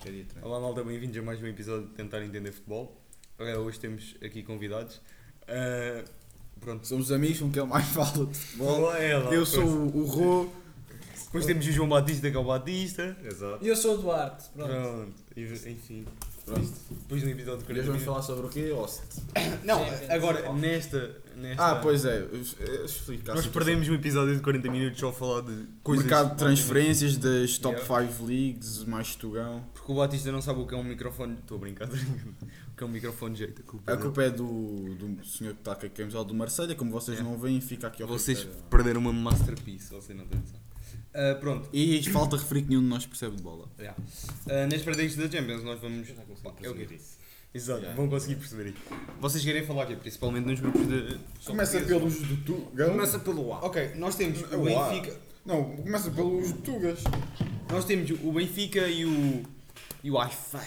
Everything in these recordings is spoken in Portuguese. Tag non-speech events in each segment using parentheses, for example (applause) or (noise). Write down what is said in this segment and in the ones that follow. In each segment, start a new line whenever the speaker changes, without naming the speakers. Que é dia três.
Olá malta, bem-vindos a mais um episódio de Tentar Entender Futebol. Eh, hoje temos aqui convidados. Eh, pronto,
Somos amigos, um que é o mais fala de futebol.
Olá, ela.
Eu sou o, o Rô.
Depois temos o João Batista, que é o Batista.
E eu sou o Duarte, pronto.
Pronto, e- enfim.
Pronto.
Depois de um episódio de
E hoje
40
vamos
minutos.
falar sobre o quê? Host.
Não,
Sim,
agora,
sim.
nesta. nesta-
Ah, pois é. eh, Explica. a
Nós
situação.
perdemos um episódio de 40 minutos só a falar de
O
coisas.
mercado de transferências das top
Yeah.
5 leagues, mais Tugão.
Porque o Batista não sabe o que é um microfone. Estou a brincar, (laughs) tô a brincar. o que é um microfone de jeito. A culpa
A
é dele.
culpa é do, do senhor que está com a camisola do Marselha, como vocês
Yeah.
não veem, fica aqui ao
Vocês
critério.
perderam uma masterpiece, vocês não têm noção. Ah, pronto.
E falta referir que nenhum de nós percebe de bola.
Yeah. Ah, nas verdades da Champions nós vamos. É o quê? Exato,
Yeah.
vão conseguir perceber isso. Vocês querem falar aqui, principalmente nos grupos de.
Começa
portugueses.
pelos do Tugão.
Começa pelo A. Ok, nós temos o
É o A.
Benfica.
Não, começa pelos Tugas.
Nós temos o Benfica e o. E o Haifa.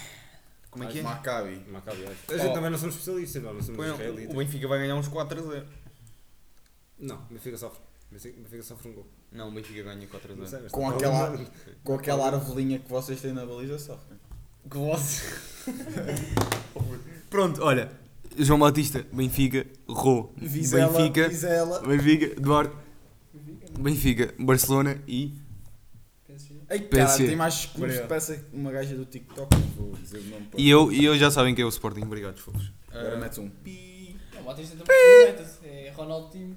Como é que é?
Maccabi.
Maccabi, acho. A
Oh.
gente também não somos especialistas, não, não somos
Põe- um-
israelitas.
o Benfica vai ganhar uns 4 a 0.
Não, Benfica sofre. Benfica Benfica sofre um gol.
Não, o Benfica ganha 4 a
Não
0.
sei, mas
Com
tá
aquela-
bom.
Com aquela arvolinha que vocês têm na baliza, só.
Que (laughs) Pronto, olha. João Batista, Benfica, Rô,
Vizela,
Benfica,
Vizela.
Benfica, Duarte, Benfica, Barcelona e.
PSG.
Ei, cara,
PSG.
tem mais clubes que
Obrigado.
parece uma gaja do TikTok. Vou dizer o nome para-
E eu, e eu já sabem que é o Sporting, obrigado, fofos.
Agora
Ah,
metes um pi.
Não, batem sempre para United. É Ronaldinho.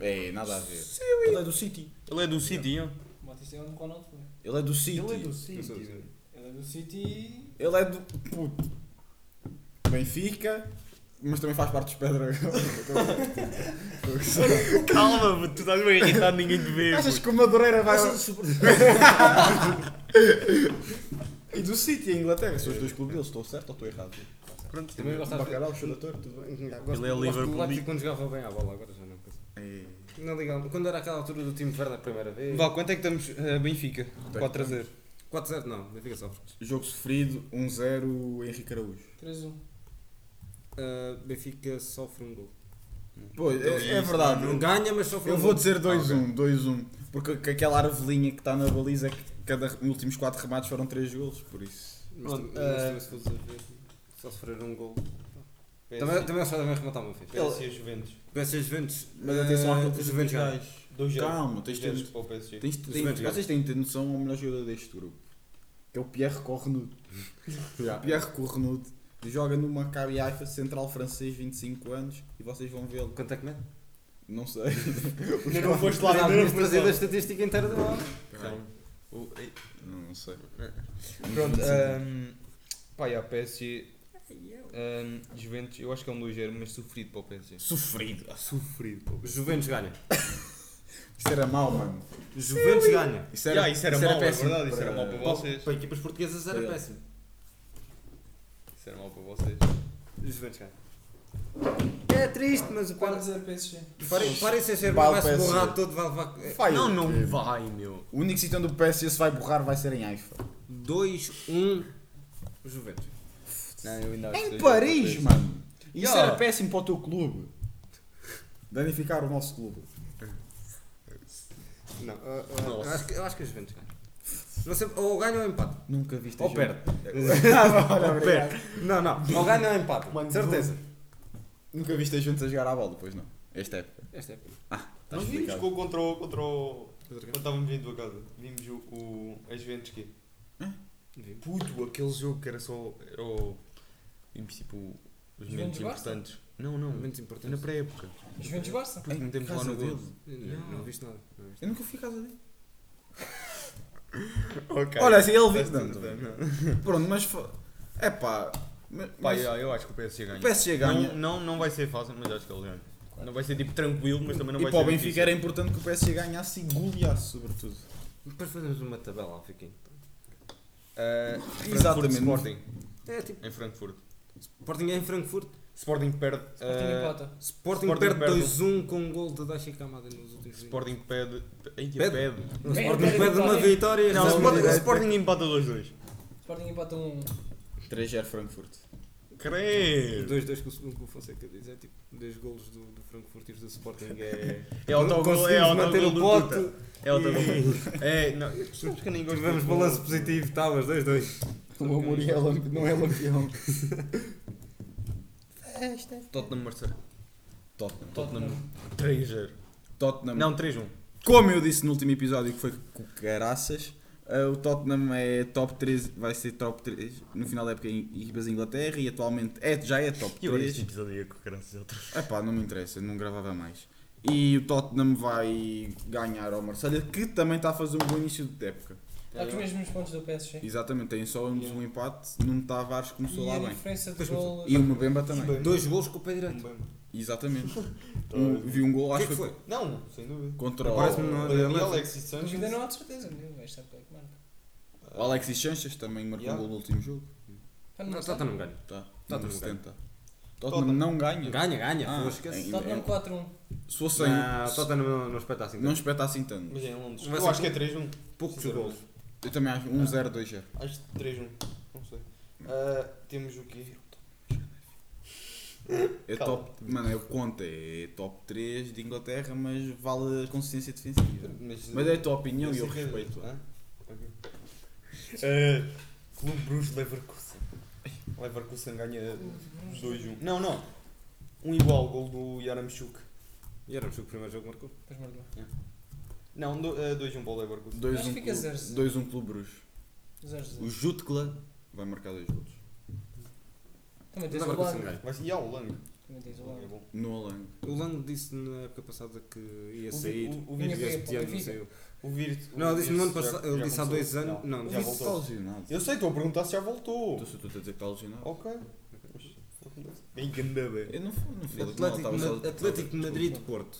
É, nada a ver. Ele é do City.
Ele é do City, ó.
Batista é onde o Ronaldo foi.
Ele é do City.
Ele é do
Não
City.
somos israelitas.
Ele é do City.
Ele é do. Puto. Benfica, mas também faz parte dos Pedra.
Calma, tu estás bem irritado, ninguém te vê.
Achas que o Madureira vai. (laughs) e do City, em Inglaterra. São os dois clubes deles, estou certo ou estou errado?
Pronto,
Também
Um
gostava de
Bacalhau, chorador, tudo bem.
Gosto- gosto
é
do
Liverpool.
Leipzig quando jogava bem à bola, agora já não.
É,
Não ligava. Quando era aquela altura do time verde a primeira vez.
Vá, quanto é que estamos? eh, Benfica, 4 a 0.
4-0 não, Benfica sofre.
Jogo sofrido, 1-0, Henrique Araújo.
3-1.
Ah, Benfica sofre um gol.
Pô, é, é verdade.
Não ganha, mas sofre
Eu Ah,
um
vou
gol.
dizer 2-1, 2-1. Porque com aquela arvelinha que está na baliza, é que cada nos últimos 4 remates foram 3 golos, por isso.
Mas
Pronto,
também- mas
ah,
também se fores a ver, só sofrer um gol. Também, também só devem rematar uma vez.
PSG Juventus.
PSG Juventus.
Mas atenção àquilo
ah,
que os
Juventus ganha.
Dois
Eh, Calma, tens de ter-
para o PSG.
Tens, tens,
Juventus ganha.
vocês têm de ter noção ao melhor jogador deste grupo, que é o Pierre (laughs) Cornude. Pierre Cornude joga no Maccabi Haifa, central francês, 25 anos, e vocês vão vê-lo.
Quanto é que mete?
Não sei.
Ainda não foste lá,
Claro,
ainda não
mas
foste
trazer
lá.
a estatística inteira da bola.
Calma. O- eh, ei,
(laughs) Não, não sei.
Pronto,
eh,
um, pá, yeah, PSG. ahm, Juventus, eu acho que é um 2-0, mas sofrido para o PSG.
Sofrido.
Sofrido para o PSG.
Juventus ganha.
Isso era mau, mano.
Juventus ganha.
Isso era,
isso era mau, é verdade, isso era
para-
mau para
Pá,
vocês.
Para equipas portuguesas era
É.
péssimo.
Isso era mal para vocês.
Juventus ganha. É triste, mas o
4-0 PSG.
Parem sem ser
Vale
vai se
PSG.
borrar todo, é, vai levar.
Vai,
não, não
ok.
vai, meu.
O único sítio onde o PSG se vai borrar vai ser em Haifa.
2-1 Juventus.
Não, eu ainda acho que
Em
dois
Paris,
zero para o PSG.
mano! Isso
Yeah.
era péssimo para o teu clube. Danificar o nosso clube.
Não, ah, ah,
Nossa.
eu acho que- eu acho que a Juventus ganha. Não sei, ou ganha ou empate.
(laughs)
Nunca
Oh,
viste
Ou
este
perde.
jogo. Olha, obrigado.
Não, não. Ou ganha ou empate. Certeza.
Nunca viste a Juventus a jogar à bola, pois não? Esta época.
Esta é a pena.
Tá
Nós vimos
explicado.
com, contra o. Contra o quando estávamos vindo a casa, vimos o, o, as Juventus que
Vimos.
Puto, aquele jogo que era só. Era o, vimos tipo os momentos
Juventus Barça?
importantes. Não, não,
Menos
na
importante.
pré-época.
Juventus Barça.
Puto,
Em
metemos lá
casa
no gol.
dele.
Não, não viste nada. Não viste
Eu nunca fui à casa dele.
Ok.
Olha, assim ele viu.
Estás
Não,
tudo bem,
tô-
não.
Pronto, mas. fo- É pá. mas-
Pá,
mas
já, eu acho que o PSG ganha.
O PSG
Não,
ganha.
não, não vai ser fácil, mas acho que ele ganha. Não vai ser tipo tranquilo, mas também não
E
vai
para o
ser.
Benfica
difícil.
era importante que o PSG ganhasse e goleasse, sobretudo.
Depois fazemos uma tabela, Alfiquinho.
Ah, Frankfurt
Exatamente.
Sporting,
É tipo.
em Frankfurt.
Sporting é em Frankfurt.
Sporting perde.
Sporting
ah,
empata.
Sporting,
Sporting
perde
perde um.
2-1 com um gol de Dashi Kamada nos últimos
Sporting um. pede. Ei,
Pede?
pede.
minutos. O
Perde,
Sporting
perde
perde uma
vitória.
Não,
vitória. Não,
o Sporting, o
Sporting-
Sporting empata 2-2.
Sporting empata 1.
3-0 Frankfurt.
Os
Creio!
dois, dois que o que o Fonseca diz é tipo dois golos do, do Frankfurt e os do Sporting é.
É autogol, é
Conseguimos manter
autogol
o
do
pote.
Tuta. É autogol. É, não, eu percebo que eu nem gosto
Tivemos
do-
balanço positivo, tá, mas 2-2.
O meu Muriel é lamp- não é lampião.
Tottenham Mercer.
Tottenham.
Tottenham.
3-0.
Tottenham.
Não, 3-1.
Como eu disse no último episódio, que foi com caraças, eh, o Tottenham é top 3, vai ser top 3 no final da época em equipas da Inglaterra e atualmente é, já é top
E agora este
3.
episódio ia com graças a outras.
Epá, não me interessa, não gravava mais. E o Tottenham vai ganhar ao Marselha que também está a fazer um bom início de época.
Está com os mesmos pontos do PSG.
Exatamente, tem só um, um empate, Nuno Tavares começou
E
lá
a
bem.
diferença de
Pois, mas-
gol.
E o Mbemba também.
Dois gols com o pé direito.
Exatamente. Um- vi um gol,
O que
acho
é que
que foi
foi? Não, sem dúvida.
contra
Parece-me não
o,
era
E
nada.
Alexis
Mas
Sanchez.
ainda não há de certeza, né? O gajo sabe como é que marca.
o Alexis Sanches, também marcou
Yeah.
um gol no último jogo.
Pá,
Não,
está.
Tata não ganha.
Tá,
Tá,
número
não
70. Tottenham não ganha.
Ganha, ganha.
Ah,
Pô, esquece.
em-
Tottenham
é-
4-1.
Se fossem.
Não, o Tottenham não, não espeta assim.
Não espeta assim tanto.
Mas é em Londres.
Vai
Eu
ser
acho que é 3-1.
poucos
Sinceramente.
gols.
Eu também acho 1-0, 2-0.
Acho que 3-1. Não sei. Ah, temos o quê?
É
Calma.
top. Mano, eu conto, é top 3 de Inglaterra, mas vale a consistência defensiva. Mas é a tua opinião e eu
sei que-
respeito.
Hã? Ok. Eh, Clube Bruges Leverkusen. Leverkusen ganha 2-1. Não, não. Um igual, gol do Yaramchuk.
E éramos o primeiro jogo que marcou.
Depois marcou.
Não, do- eh, 2-1 para o Leverkusen.
Dois
Acho
um
que fica
clube-
0-0.
dois um Clube Bruges.
0-0.
O Jutkla vai marcar dois gols.
Também tens
Não
o
marcou sem
Lang.
ganho.
Mas e há o Lang.
Também tens o
É
Lang.
bom.
No Alang.
O Lango disse na época passada que ia
O Vi-
sair.
o- o
e
Vi-
este
o
ano não
Vi-
saiu.
O Virt.
Não,
o
ele disse no ano
Wirtz já-
passado. Ele
já
disse há
começou.
dois anos. Não,
já
já
Isso está
voltou.
lesionado.
Eu sei, estou a perguntar se já voltou.
Então, se tu estás a dizer que está lesionado.
Ok. Bem grande,
Eu não fui, não fui.
Atlético,
lesionado, estava
Ma-
só-
Atlético Madrid Porto.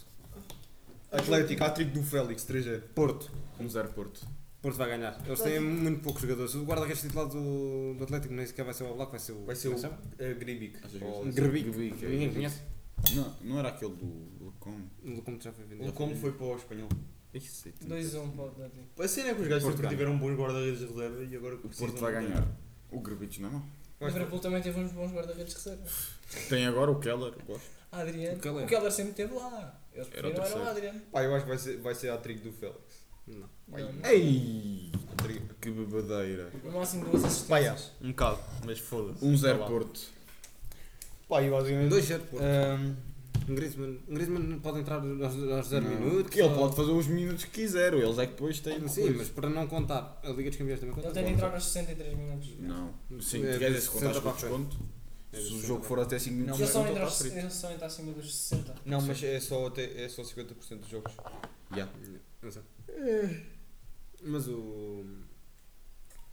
Atlético, hat-trick do Félix, 3-0.
Porto.
1-0 Porto.
Porto vai ganhar. Eles têm muito poucos jogadores. O guarda-redes titular do, do Atlético nem sequer vai ser o Black, vai ser o.
Vai ser o
como é
eh, Gribic.
Achas que
que
Ou-
se chama? Grebic.
Grebic, é.
Ninguém conhece. Um
Não, não era aquele do Lucom.
O Como já foi
O
vendido.
Um como foi para o espanhol.
Isso é tanto.
2-1 para o Atlético.
A cena é que os gajos
Porto
sempre
ganha.
tiveram bons guarda-redes de reserva e agora
O
precisam
Porto vai
de-
ganhar. O Grebic não é mau.
O Liverpool também teve uns bons guarda-redes que recebem.
Tem agora o Keller, gosto.
Adriano.
O Keller.
O Keller sempre esteve lá. Eles
Era o
preferiram era o
terceiro.
Adriano.
Pá, eu acho que vai ser, vai ser a trick do Félix.
Não.
Vai.
Não, não.
Ei!
Atri-
Que bebadeira.
No máximo duas
Pá, já,
assistências.
um bocado, mas foda-se.
1-0 Porto.
Pá, e basicamente.
2-0 Porto.
Ahm,
Um Griezmann, um Griezmann pode entrar aos, aos 0
Não.
minutos.
Que ele
só-
pode fazer os minutos que quiser, eles é que depois têm.
Sim, mas para não contar, a Liga dos Campeões também conta.
Ele tem de entrar aos 63 minutos.
Não. Sim,
É,
tu queres se contares
60
com
para a
desconto.
É,
Se o
60
jogo
para
for até 5
Não,
minutos, é
Ele
mas
só
não
entra
tá
aos-
frito.
ele só entra acima dos 60.
não, mas é só, até, é só 50% dos jogos.
Yeah.
Não sei. Eh, Mas o.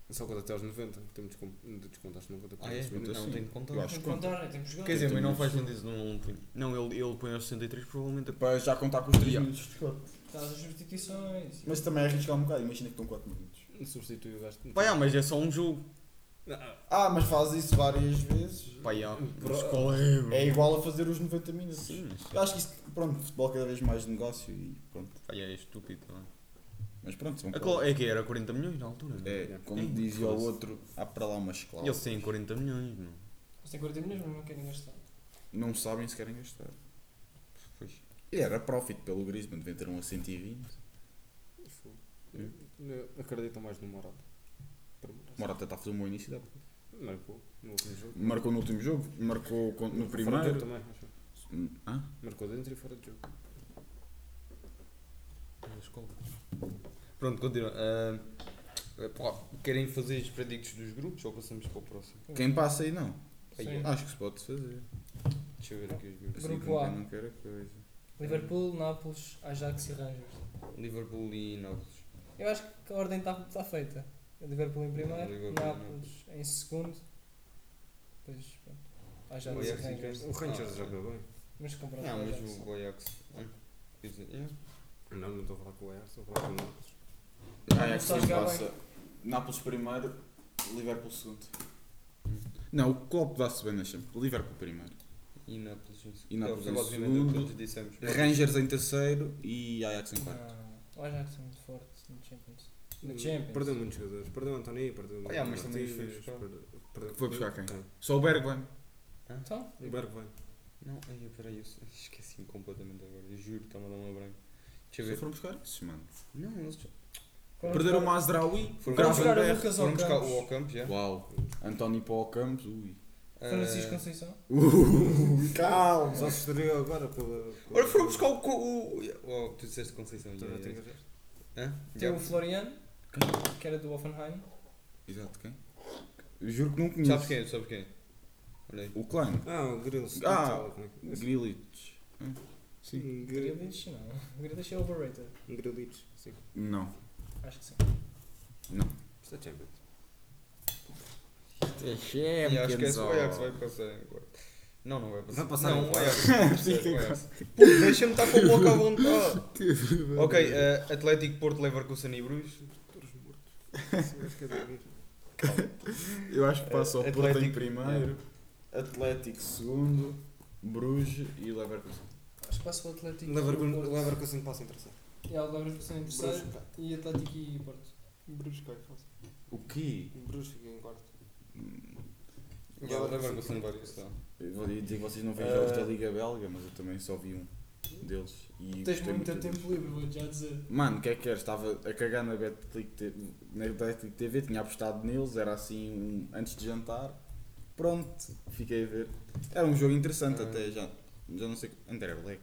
Só conta até aos 90. Temos de descon- de descontar, se não conta
Ah, é?
Desconto
Não,
assim.
tem de contar.
Eu acho
Tem que
que conta.
contar, né? Tem que jogar.
Quer dizer, mas não
Tem
faz sentido não não punha. Não, ele, ele põe aos 63, provavelmente.
Para já contar com os 3
Yeah.
minutos de desconto. tipo.
Está as substituições.
Mas também é arriscar um bocado, imagina que estão 4 minutos.
Substitui o gasto.
Pá, já, mas é só um jogo.
Ah, mas fazes isso várias vezes.
Pá, já.
Bro-
Mas qual é, bro?
É igual a fazer os 90 minutos.
Sim, mas.
Eu acho que isso, pronto, futebol cada vez mais de negócio e pronto.
Pá, já, é estúpido, não é?
Mas pronto, são
A qual- É que era 40 milhões na altura. não é?
É, como
Sim,
dizia o
foda-se.
outro, há para lá umas
E Eles
cláusulas.
têm 40 milhões, não.
Eles têm 40 milhões, mas não querem gastar.
Não sabem se querem gastar.
Pois.
E era profit pelo Griezmann, devem ter um a 120.
Acreditam mais no Morata. Para Morata.
Morata está a fazer um bom início. da época.
Marcou no último jogo.
Marcou no último jogo, marcou con- no
Fora de jogo
primeiro.
também, acho.
Hum, hã?
Marcou dentro e fora de jogo.
Na escola. Pronto, continua. Ah, eh, pá, querem fazer os predictos dos grupos ou passamos para o próximo?
Quem passa aí não?
Sim.
ah.
Acho que se pode fazer.
Deixa eu ver aqui os grupos.
Assim
Grupo
como
A.
quem não
é
quer a coisa.
Liverpool, Nápoles, Ajax e Rangers.
Liverpool e Nápoles.
Eu acho que a ordem está tá feita. Liverpool em primeiro,
Liverpool,
Nápoles em segundo. Depois, pronto. Ajax e
Ajax e
Rangers.
O Rangers
Ah,
joga bem.
Mas comprar
Não, mas
Ajax.
o Ajax. hum, quer dizer, é.
Não, não estou a falar com o Ajax, estou a falar com o Nápoles.
Ajax
está a
Ah, é sim
jogar
passa. Nápoles primeiro, Liverpool segundo. Não, o Klopp dá-se bem na Champions. Liverpool primeiro.
E Nápoles em segundo.
E Nápoles
É,
em
basicamente
segundo.
é o que todos dissemos.
Rangers em terceiro e Ajax em quarto.
Não, o Ajax é muito forte no Champions. No Champions.
Hum, Perdeu muitos jogadores. Perdeu o António, perdeu o
Ah, é, mas também os
Martínez,
foi buscar.
perdeu- perdeu-
Foi buscar quem?
Quem?
Só o Bergwijn.
Então,
O Berg vai.
Não, ai, peraí, eu (laughs) se- esqueci-me completamente agora. Eu juro, está-me a dar uma branca. Deixa
Só
eu ver.
foram buscar esses, mano.
Não, eles já.
Foram
Perderam o
jogar-
Mazraoui, o
Foram
jogar a
Gravenberg.
Lucas
Foram buscar
Ocampos,
o Ocampo, já.
Uau. António para o Campos, ui.
Ah,
Francisco Conceição.
(laughs) Ui,
Calma.
Só se estreou agora pela. pela-
Ora, foram buscar o... co- o... Oh, tu disseste Conceição, já,
Toda a
já.
tinta verde.
Hã?
Tem o
Já,
Floriano, que era do Offenheim.
Exato, quem? Eu juro que não conheço.
sabes quem é, sabes quem é. Olha aí.
O clã.
Ah, o Grills.
Ah.
Não sei lá como é que-
Grilich. Sim.
Um Grill-
Grealish, não. (laughs) Grealish é overrated.
um Grilich. Sim.
Não.
Acho que sim.
Isto é Champions.
É,
E acho que é só o Ajax vai passar em quarto. Não, não vai passar.
Vai passar
não,
em
o
quarto.
Ajax.
(laughs)
vai passar em é quarto. Pô, Deixa-me estar com a boca à vontade. ok, eh, Atlético, Porto, Leverkusen e Bruges.
Todos mortos. (laughs) Sim, acho que é dormir.
Eu acho que passa o
Eh,
Porto em
Atlético.
primeiro, Atlético segundo, Bruges e Leverkusen.
Acho que passa o Atlético. e
Leverkusen-
o Porto.
Leverkusen passa em terceiro.
É, o Leverkusen em terceiro.
Bruges cai.
E Atlético e Porto.
Bruges cai fácil.
O quê?
Bruges fica em quarto.
E o Leverkusen vai passar.
Eu vou dizer que vocês não veem
Eh,
jogos da Liga Belga, mas eu também só vi um deles. E
Tens
gostei
muito
muito
tempo
deles.
livre, vou já dizer.
Mano, o que é que era? Estava a cagar na Betclic, T- na Betclic TV, tinha apostado neles, era assim um- antes de jantar. Pronto, fiquei a ver. Era um jogo interessante
Ah.
até já. Já não sei. André Black,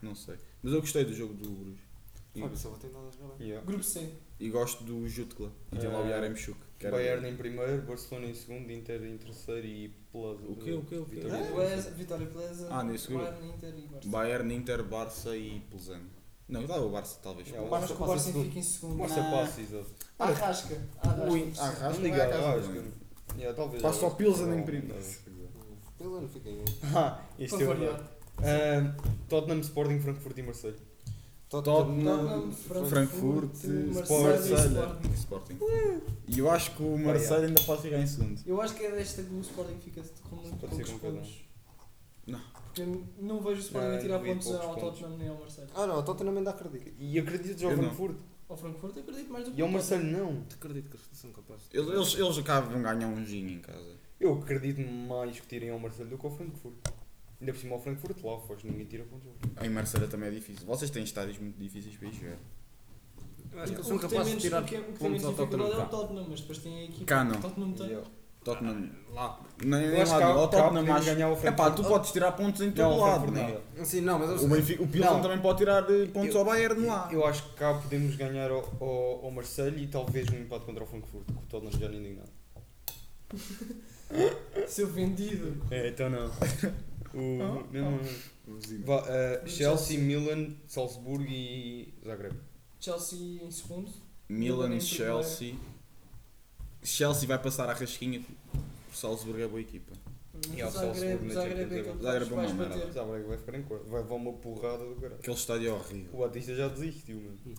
não sei. Mas eu gostei do jogo do Bruges. E,
Fábio, só tem nada a jogar. bem.
Yeah.
Grupo C.
e gosto do Jutla. E tem lá o
Ah.
Yarem Chuk. que era-
Bayern em primeiro, Barcelona em segundo, Inter em terceiro e Plaza.
O quê, o quê, o quê?
Vitória.
Ah.
Plaza, Vitória Plaza,
Ah, nesse grupo.
Bayern, Inter e Barça.
Bayern, Inter, Barça e Plezano. Não, dá o Barça talvez.
É, o
Pá, mas
Barça
que o
passa
Barça
em segundo.
fica em segundo. Ah,
Barça
Nah.
passa, exato.
Arrasca. Arrasca.
Arrasca.
Não
Acho que
liga,
não é a
ah,
casa
acho que-
também.
Yeah, talvez
Passa o
Ajax.
Pilsen em
Não,
primeiro.
não.
Pelo ano fica em
(laughs) Ah, isto é
Favoriado.
verdade. Ah, Tottenham, Sporting, Frankfurt e Marseille.
Tottenham,
Frankfurt,
Frankfurt,
Marseille,
Sport, Marseille, Sporting. E eu acho que o Marseille ainda pode ficar em segundo.
Eu acho que é desta que o Sporting fica com muito
Pode ser
poucos
com cada um.
pontos.
Não.
Porque eu não vejo o Sporting
Não,
a tirar
vi
pontos
poucos
ao
pontos.
Tottenham nem ao Marseille.
Ah não, o Tottenham ainda acredito.
E acredito
Eu
ao
não.
Frankfurt.
Ao Frankfurt acredito mais do que
E ao Marseille não.
Acredito que eles são capazes.
Eles, eles, eles acabam de ganhar um ginho em casa.
Eu acredito mais que tirem ao Marseille do que ao Frankfurt. Ainda por cima ao Frankfurt, lá foge, ninguém tira pontos.
Em Marseille também é difícil. Vocês têm estádios muito difíceis para ir jogar.
Eu
O
acho que
que
eles
tem
são capazes de
menos-
tirar
o que é- o que tem menos
pontos ao
dificuldade é
Tottenham.
o Tottenham, mas depois tem a equipa.
Cá não.
O Tottenham não tem.
Yeah.
Tottenham.
Lá.
Nem,
Eu
nem
acho
lá
que
não.
há-
O
que há
Tottenham
que
mais.
ganhar ao
É
Frankfurt.
pá, tu podes tirar pontos em todo
ao
lado,
Frankfurt
né?
não. é
Sim, não, mas eles
O, Benfica, o Pilsen
Não.
também pode tirar eh, pontos
Eu-
ao Bayern lá.
Eu acho que cá podemos ganhar ao, ao, ao Marseille e talvez um empate contra o Frankfurt, que o Tottenham já é nem digo nada.
Seu vendido.
É, então não. (laughs) O, não,
Ah,
não, não.
Vizinho.
Vá, eh, Chelsea, Milan, Salzburgo e Zagreb.
Chelsea em segundo.
Milan,
Milan em
Chelsea. Chelsea vai passar à rasquinha. O Salzburgo é boa equipa.
Mas
E ao
o Zagreb,
Salzburgo,
o
na
Zagreb é
Champions
aquele que
Zagreb é uma
vais
merda.
bater.
Zagreb vai ficar em quarto. Vai levar uma porrada do caralho.
Aquele estádio é horrível.
O Batista já desistiu, mano.
Hum,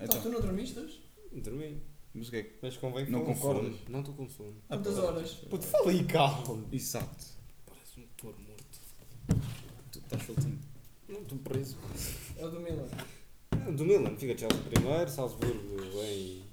Ah, tu
Então,
não dormiste? hoje?
Dormi.
mas o que é que.
Mas convém que
Não
fale.
concordas?
Não estou com sono.
Quantas horas?
Puto, fala aí, calma.
Exato.
Parece um touro morto.
Tu estás soltinho.
Não estou preso. Ah,
É o do Milan.
Do Milan fica Chelsea primeiro, Salzburgo em.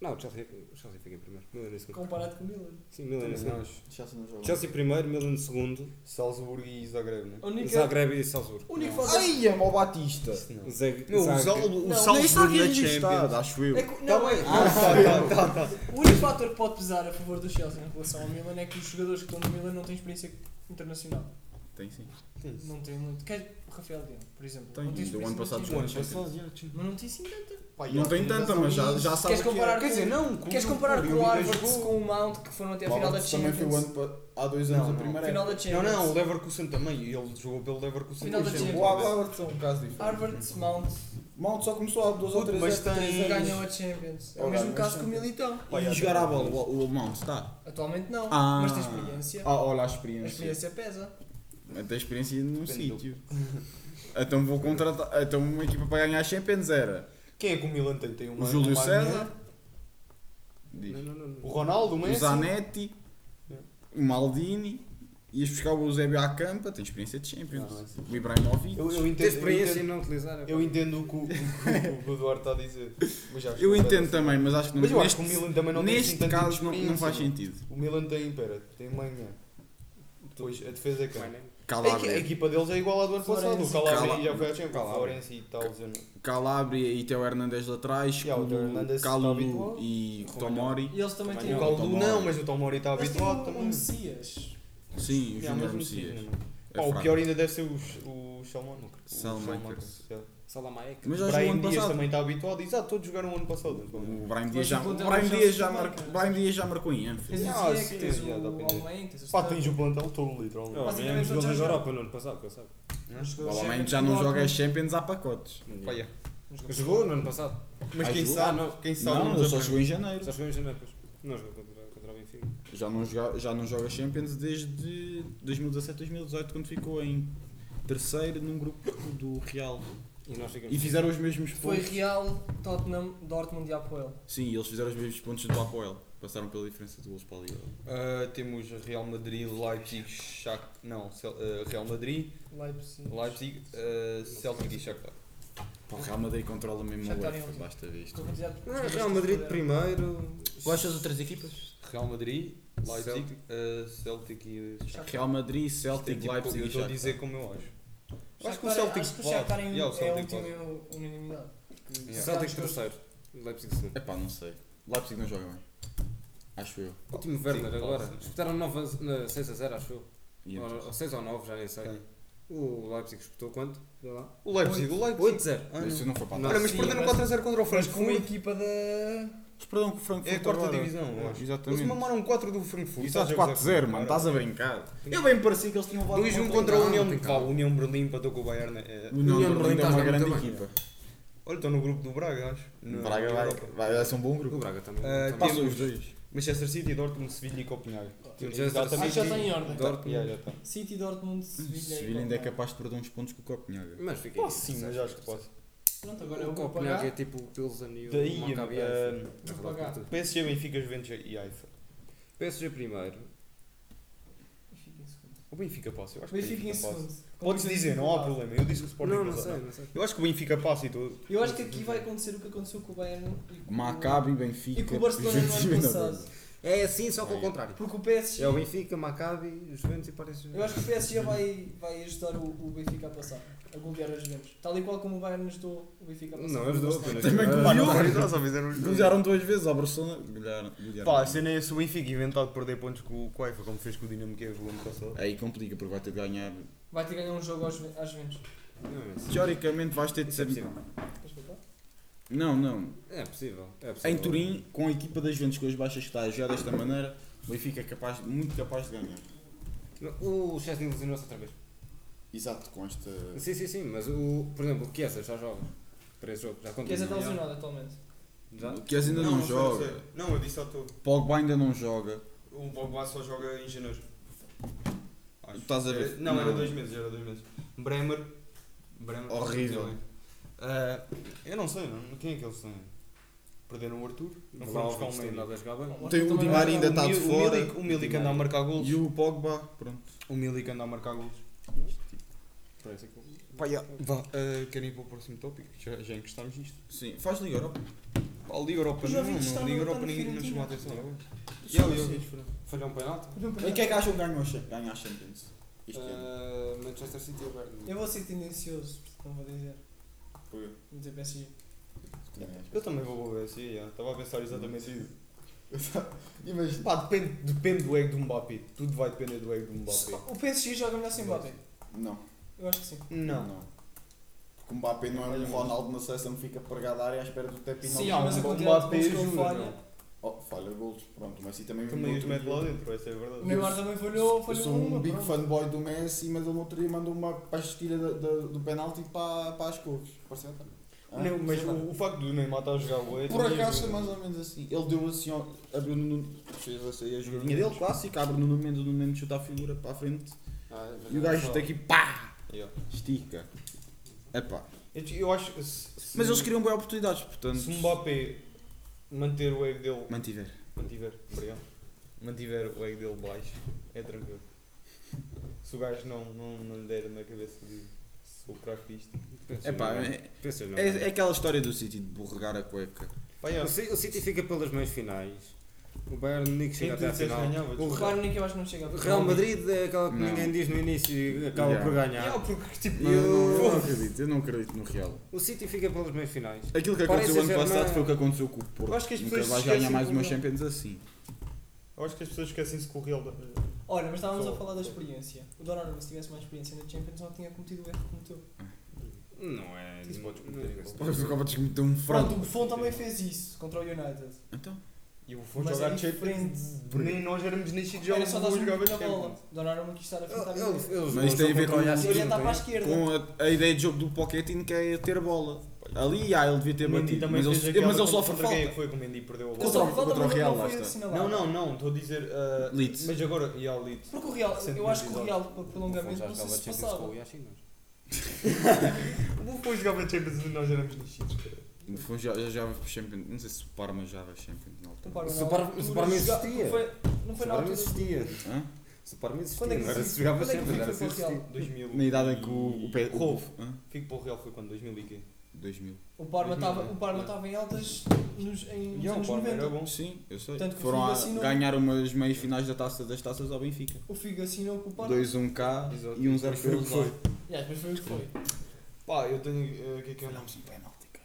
Não, o Chelsea, o Chelsea fica em primeiro. Milan em segundo.
Comparado com o Milan.
Sim, Milan em
Também
segundo.
acho.
Chelsea não joga.
Chelsea primeiro, Milan em segundo.
Salzburgo e Zagreb, né?
A única-
Zagreb e Salzburgo.
O único
Não.
fator-
é o Batista.
Isso não.
Zag-
Meu, o,
Zag-
Zal, o
O
Salzburgo
Salzburgo
na
é Champions,
Champions.
acho eu.
é que- não, é-
tá, tá, tá.
O único fator que pode pesar a favor do Chelsea em relação ao Milan é que os jogadores que estão no Milan não têm experiência internacional.
Tem sim.
Não têm muito. Quer o Rafael Leão, por exemplo.
Tem,
não
e do
experiência
ano passado
internacional.
jogou na
Mas
Champions.
Mas não tem sim tanta.
Não tem tanta, mas já, já sabe
Queres
o que é.
comparar,
Quer dizer,
com,
não.
queres comparar com o Harvard
jogou.
com o Mount que foram até a
O
final da
Ajax também
Champions?
foi o ano pa- há dois
Não,
anos a
não.
primeira
Final
época.
da
Não,
Champions.
não, o Leverkusen também. Ele jogou pelo Leverkusen.
Final da
Depois ele
Champions.
O
jogou bem.
Harvard é um caso diferente.
Harvard, Mount
Mount só começou há duas ou
Puto,
três
mas
épocas.
tem- Sim.
ganham a Champions. É o
Olha,
mesmo
mas
caso que o
tem-
Militão.
E jogar à bola, o, o Mount está.
Atualmente não,
Ah.
mas tem experiência.
Ah, olha a
É. A
experiência.
experiência pesa.
Mas Tem experiência num
Depende do-
sítio. Então vou contratar. Então uma equipa para ganhar a Champions era
Quem é né? que o Milan tem? Tem
o
uma-
Júlio
uma
César,
Não,
diz,
não, não.
O Ronaldo, o
o
Messi.
Zanetti,
É.
o Maldini. Ias buscar o Eusébio à campa, tem experiência de Champions.
Não, é assim.
o Ibrahimovic.
Eu, eu
Ter
entendo, eu
experiência e
entendo,
não utilizar. é
eu entendo o que o, o, que o Eduardo está a
(laughs)
dizer. Mas já acho
Eu
que-
entendo também, mas acho que, não,
Mas eu acho
neste,
que o Milan também não tem assim
neste
tanta
caso não, não
experiência, é?
faz
mano.
sentido.
O Milan tem, pera, tem manhã. Depois a defesa é
pá.
quem?
Vai, né?
A, equi- a
Calabria.
equipa deles é igual à do ano passado. O
Florenzi.
Calabria
Cala-
já foi à Champions.
Calabria.
Florenzi e tal. Zeno.
Calabria e Teo Hernandes lá atrás,
Yeah, o Theo Hernandez está é
Calulu
habituado.
e
Romano.
Tomori.
E eles também
Também
têm.
O
o
Caldo
Tomori.
não, mas o Tomori está
Eles têm um-
habituado
um
também.
Messias.
Sim, o
Yeah, mas
Júnior
não sei,
Messias.
não.
É
Pá, o
fraco.
pior ainda deve ser o, o Salmon.
Salmakers.
Salamaeca.
Mas já
O
jogou
Brian
ano
Dias
passado.
também está habituado. Exato, todos jogaram o ano passado.
O Brian
Mas
Dias já,
o é
o
Conte
Brian
não
Dias
joga
já,
futebol,
mar...
cara.
Brian Dias já marcou em Anfield.
Tens o
Ah,
Ziyech,
sim,
tens
já dá
o
pra entender.
Almeida, tens o
Pá,
Sterling.
tens o plantel todo, literalmente.
Basicamente
Ganhamos
todos
gols da
já
Europa no ano passado, que eu sabe.
Oh,
O homem já não joga as Champions há pacotes.
Pá, yeah.
Jogou no ano passado.
Mas
Ah,
quem
jogou?
sabe,
Ah, não.
quem sabe,
Não,
nos
ele só
aprende.
jogou em janeiro.
Já jogamos em janeiro, pois. Não jogou contra, contra o Benfica.
Já não, joga, já não joga Champions desde 2017, 2018, quando ficou em terceiro num grupo do Real.
E nós ficamos.
E fizeram os mesmos
Foi
pontos.
Real, Tottenham, Dortmund e Apoel.
Sim, eles fizeram os mesmos pontos do Apoel. Passaram pela diferença de gols para a Liga.
Ah, temos Real Madrid, Leipzig, Shakhtar... Não, Cel- ah, Real Madrid,
Leipzig.
Leipzig, ah, Celtic e Shakhtar.
Pá, O Real Madrid controla mesmo
Já
a
está em
UEFA,
último.
basta ver isto.
Estou a dizer-
Ah, Real Madrid primeiro.
Quais são as outras equipas?
Real Madrid, Leipzig,
Celtic.
ah, Celtic e...
Shakhtar.
Real Madrid,
Celtic,
Celtic, Leipzig
é tipo, Eu
e
estou a
Shakhtar.
dizer como eu acho. Acho que o
Shakhtar-
Celtic
Acho que o
pode.
Shakhtar é
Yeah, o
é a
Celtic
última unanimidade. Porque
Yeah.
se
Celtic
calhar-
terceiro. Leipzig segundo.
Epá, não sei. Leipzig não joga bem. Acho eu.
Ótimo Werner
Sim,
agora.
pode ser.
Disputaram 6 a 0, acho eu.
E então?
Ou 6 ou 9, já nem sei.
Quem?
O Leipzig disputou quanto? Vê lá.
O Leipzig, o Leipzig.
8 a 0.
Ah, não.
Isso não foi para
Não.
a
Olha, mas
Sim,
perderam
mas-
4 a 0 contra o
Mas é
Frankfurt.
com a equipa da.
Mas perdão que o Frankfurt
É a quarta
agora-
divisão, eu acho. Eles
Exatamente.
mamaram 4 do Frankfurt.
Isso estás 4-0, mano. Tá Estás a brincar. Eu bem parecia que eles tinham levado
2-1
contra-
contra a
Não,
União
tem
de
calma.
União Berlim para com o Bayern. é-
O União
União
de Berlim é
de Berlim
uma
está
grande
muito bem.
equipa.
Olha, estão no grupo do Braga, acho. Na-
Braga
na
vai,
Europa.
vai, vai ser um bom
O
grupo.
Braga também.
Ah,
também.
Passam
temos-
os dois.
Manchester City, Dortmund, Sevilha e Copenhague.
Manchester City.
Acho que já
tá
está em ordem.
Dortmund.
Yeah, tá. já está.
City, Dortmund, Sevilha. e
Sevilha ainda é
Copenhague.
capaz de perder uns pontos com o Copenhaga.
Mas fiquei.
Pá, sim, mas acho que posso.
Pronto, agora eu
O
vou
Copenhague é
pagar.
tipo o Pilsen e
Daí,
o Maccabi É
ah,
Haifa.
vou
Já falaste
pagar.
tudo.
PSG, Benfica, Juventus e Haifa.
PSG primeiro.
Fica em segundo.
O Benfica passa, eu acho que o
Benfica em
Benfica passa.
segundo.
Podes dizer, não há problema. Eu disse que o Sporting
Não, não
passa.
sei,
Não.
não sei.
Eu acho que o Benfica passa e tudo.
Eu acho que aqui vai acontecer o que aconteceu com o Bayern e com o-
Maccabi,
e
Benfica,
com o Barcelona no
Juventus e
ano
Benfica.
passado.
É assim, só que ao
Ah, é.
contrário.
Porque o PSG.
É o Benfica, Maccabi, Juventus e Paris
Eu acho que o PSG vai, vai ajudar o, o Benfica a passar, a golear os Juventus. Tal e qual como o Bayern ajudou o Benfica a passar.
é
Não, ajudou apenas.
Também
Ah,
Pá, não
não,
vai.
só fizeram os dois.
Golearam duas vezes ao Barcelona. Golearam. golearam.
Pá, a cena é esse o Benfica inventado de perder pontos com com o Haifa, como fez com o Dinamo é Kiev o ano passado.
Aí complica porque vai ter de ganhar.
Vai ter que ganhar um jogo aos, Juve- às Juventus.
não é assim.
Teoricamente vais ter de
Isso é
ser.
possível.
Queres contar?
Não, não.
É possível. é possível.
Em Turim, com a equipa das Juventus com as baixas que está a jogar desta maneira, o Benfica é capaz, muito capaz de ganhar.
O Chesney lesionou-se outra vez.
Exato, com esta.
Sim, sim, sim, mas o, por exemplo, o Chiesa já joga para esse jogo, já conta.
Queres até lesionado atualmente.
Já?
O Kies ainda não, joga.
Não, eu disse à toa.
Pogba ainda não joga.
O Pogba Um só joga em janeiro. Acho.
Estás a ver?
Era- não, era
Não.
dois meses, era dois meses. Bremer. Bremer
Horrível.
Ah, eu não sei, não. Quem é que eles têm? Perderam o Arthur? Não
Não
foram buscar
vamos
o
buscar
Mendy.
nada jogava.
Tem o
Também
Di
vai
Maria ainda
jogar.
está de
O Mil-
fora.
O Milik, o Milik anda a marcar golos.
E o Pogba, pronto.
O Milik anda a marcar golos.
Parece que-
Pá, já. Vá, ah, querem ir para o próximo tópico? Já, já encostámos nisto.
Sim, faz Liga Europa.
Pá, a Liga Europa
Os
não,
ouvintes
não.
estão
A Liga
no-
Europa
estão no
ninguém nos chamou a atenção.
Fiorentina.
Já,
é
eu ouvi.
Falhou um penalti.
E quem é que acham que ganha a Cha- ganha a Champions? Este ano.
Ah, Manchester City ou Bayern?
Eu vou ser tendencioso, portanto não vou dizer.
Foi.
Vou dizer PSG.
Eu também vou ver, sim, já. Estava a
É
pensar exatamente isso.
(laughs) Imagina.
Pá, depende, depende do ego do Mbappé. Tudo vai depender do ego do Mbappé.
O PSG joga melhor sem Mbappé.
Não,
Eu acho que sim.
Não.
Porque o Mbappé não é um Ronaldo na seleção que fica pregado à área à espera do Tepinal.
Sim,
não,
mas a
o
quantidade de
Mbappé
gols que ele
ajuda,
falha.
Oh, falha golos, pronto. O Messi também
Também os
outro
mete
dia-
lá dentro, essa é a
O
verdade.
Neymar também falhou,
Eu
falhou
sou um
uma,
big
pronto.
fanboy do Messi, mas ele no outro dia mandou uma pastilha da- da- do penalti para, para as couves. Pareceu também. Ah,
Não, mas
sei lá.
o, o facto do Neymar estar a jogar bué
Por
também
acaso foi
ajuda.
mais ou menos assim. Ele deu assim, ó, abriu no Nuno. Fez assim a jogadinha dele, clássica, abre no Nuno Mendes, o Nuno Mendes chuta a figura para a frente
Ah,
e o gajo está aqui, pá!
Yeah.
Estica. Epá.
Eu, eu acho que se, se,
Mas eles criam boas oportunidades, portanto.
se o Mbappé manter o ego dele,
Mantiver.
mantiver, obrigado, mantiver o ego dele baixo, é tranquilo. Se o gajo não, não, não lhe der na cabeça de sou craque disto.
Epá, é, é, é aquela história do City de borregar a cueca.
Pá, já.
O Ci- o City fica pelas meias finais. O Bayern Munique
Quem
chega
tu
até à
disseste
final.
ganhava?
O
O
Real-
Bayern Munique eu acho que não chega.
o Real Madrid é aquela que
Não.
ninguém diz no início e acaba
Yeah.
por
É,
ganhar.
Yeah, porque tipo.
Não, não, eu não
foda-se.
acredito, eu não acredito no Real.
O City fica pelas meias finais.
Aquilo que
Parece
aconteceu ano
ser
passado
uma-
foi o que aconteceu com o Porto.
Eu acho que as
Nunca
pessoas
vais ganhar
esquecem
mais
do
uma
Real.
Champions assim.
Eu acho que as pessoas esquecem-se eh, que o Real.
Olha, mas estávamos a
Só-
falar da experiência. O Donnarumma, se tivesse mais experiência na Champions, não tinha cometido o erro que cometeu.
Não é.
Isso podes cometer,
não-
Gonçalo.
Pois acaba de
é
meter um
Pronto, o
frango.
Buffon também fez isso contra o United.
Então,
E o Fofo
Mas
jogar
é
Champions.
diferente.
Nem nós éramos nascidos já
Era só dar
jogava
um bico na
Champions.
bola. Donnarumma quis estar a
Eles-
pintar
eles- eles
Mas isto tem a ver
não
com-
olhar assim,
Ele ia
não
estar
tem?
para a esquerda.
com a, a ideia de jogo do Pochettino que é ter bola. Ali, ah, ele devia ter
O Mendy
batido.
também
Mas
fez
ele,
aquela
mas ele
contra-
sofre
contra Quem é que
falta.
foi que o Mendy perdeu a
Ele
bola?
só
Contra o-
falta,
contra o
mas
Real,
não
lá
foi
está.
assinalado.
Não, não, não, estou a dizer. ah,
Leeds.
Mas agora. E ao Leeds.
Porque o Real, eu
Recentemente
acho que o
isolado.
Real, para prolongamento,
já
não sei
jogava
se
Champions
passava.
com o é? Yashinas.
O Buffon jogava Champions e nós éramos nascidos.
Foi, já, já, já para Champions. Não sei se o Parma já vai Champions na altura.
Compara,
Se
na
o Bar-
altura
se o Barman
joga-
existia.
foi- Não foi na
Superman
altura.
existia.
Hã?
Superman
Quando é que
existia. Era
existe?
se jogava
Quando é que
sempre. Era
existe
se
o Real?
existia.
2000.
Na idade em que o, o, pé- o,
Roubo.
Hã?
Fico para o Real foi quando? 2000 e quê?
2000.
O Parma
Dois mil,
estava- o Parma
é.
estava em altas nos, em, nos
E o
anos
Parma
90.
era bom.
Sim, eu sei.
Tanto que o
Foram
Figo
a
assinou-
ganhar umas meias finais da taça, das taças ao Benfica.
O Figo assinou com o Parma.
2-1 cá
Exato.
e 1-0 para
Foi o que
eles lá.
foi.
Yeah, mas foi o que foi.
Pá, eu tenho. eh, O que é que é?
Falhámos um penalti, cara.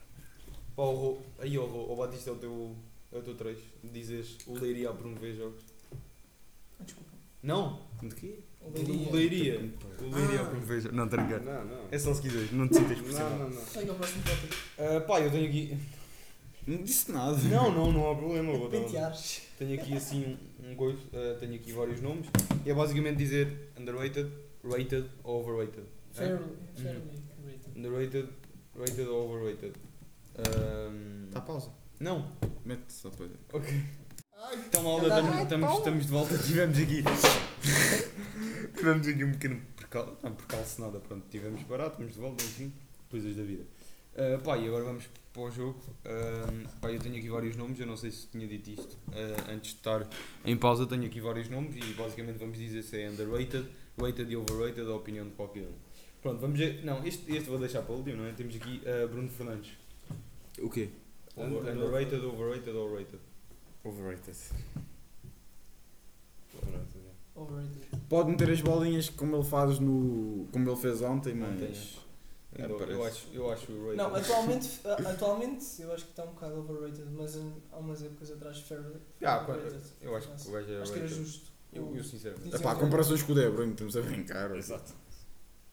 Pá, o Ro... Aí, o, Ro... o Batista é o teu. É o teu 3. Dizes o Leiria a promover jogos.
Ah, Desculpa.
Não!
De quê?
O
O
Leiria.
Leiria. O Leiria
Ah.
a promover jogos. Não,
Não,
tranquilo.
não. Não,
É só se quiseres, não te sintas por
não, não. não.
Segue ao próximo tópico.
Ah, Pá, eu tenho aqui.
Não disse nada. (laughs)
Não, não, não há problema. vou dar- um-
Penteares.
Tenho aqui assim um, um coisa, eh, tenho aqui vários nomes. E é basicamente dizer underrated, rated ou overrated. é?
Fairly. Fairly. rated.
Underrated, rated ou overrated. Ahm,
Dá pausa.
Não,
Mete só para.
ok. Então, malta,
Tá
estamos, estamos, estamos de volta. (laughs) Tivemos aqui. tivemos aqui um pequeno percal... não, percalço, nada. Pronto, tivemos barato, estamos de volta, enfim. Coisas da vida. Ah, pá, e agora vamos para o jogo. Ah, pá, eu tenho aqui vários nomes, eu não sei se tinha dito isto ah, antes de estar em pausa. Tenho aqui vários nomes e basicamente vamos dizer se é underrated, rated e overrated, a opinião de qualquer um. Pronto, vamos ver. Não, este, este vou deixar para o último, não é? Temos aqui ah, Bruno Fernandes.
O quê?
Under- Underrated, overrated ou rated?
Overrated.
Overrated.
Pode meter as bolinhas como ele faz no. como ele fez ontem, mas. É,
Eu,
parece.
eu acho, eu acho o rated.
Não, atualmente, a- atualmente eu acho que está um bocado overrated, mas em- há umas épocas atrás, fairly.
Ah, pá,
overrated.
eu acho que o gajo era
Acho que era
rated.
justo.
Eu, eu sinceramente.
Dizem
Epá,
que-
comparações com o De Bruyne, estamos a brincar.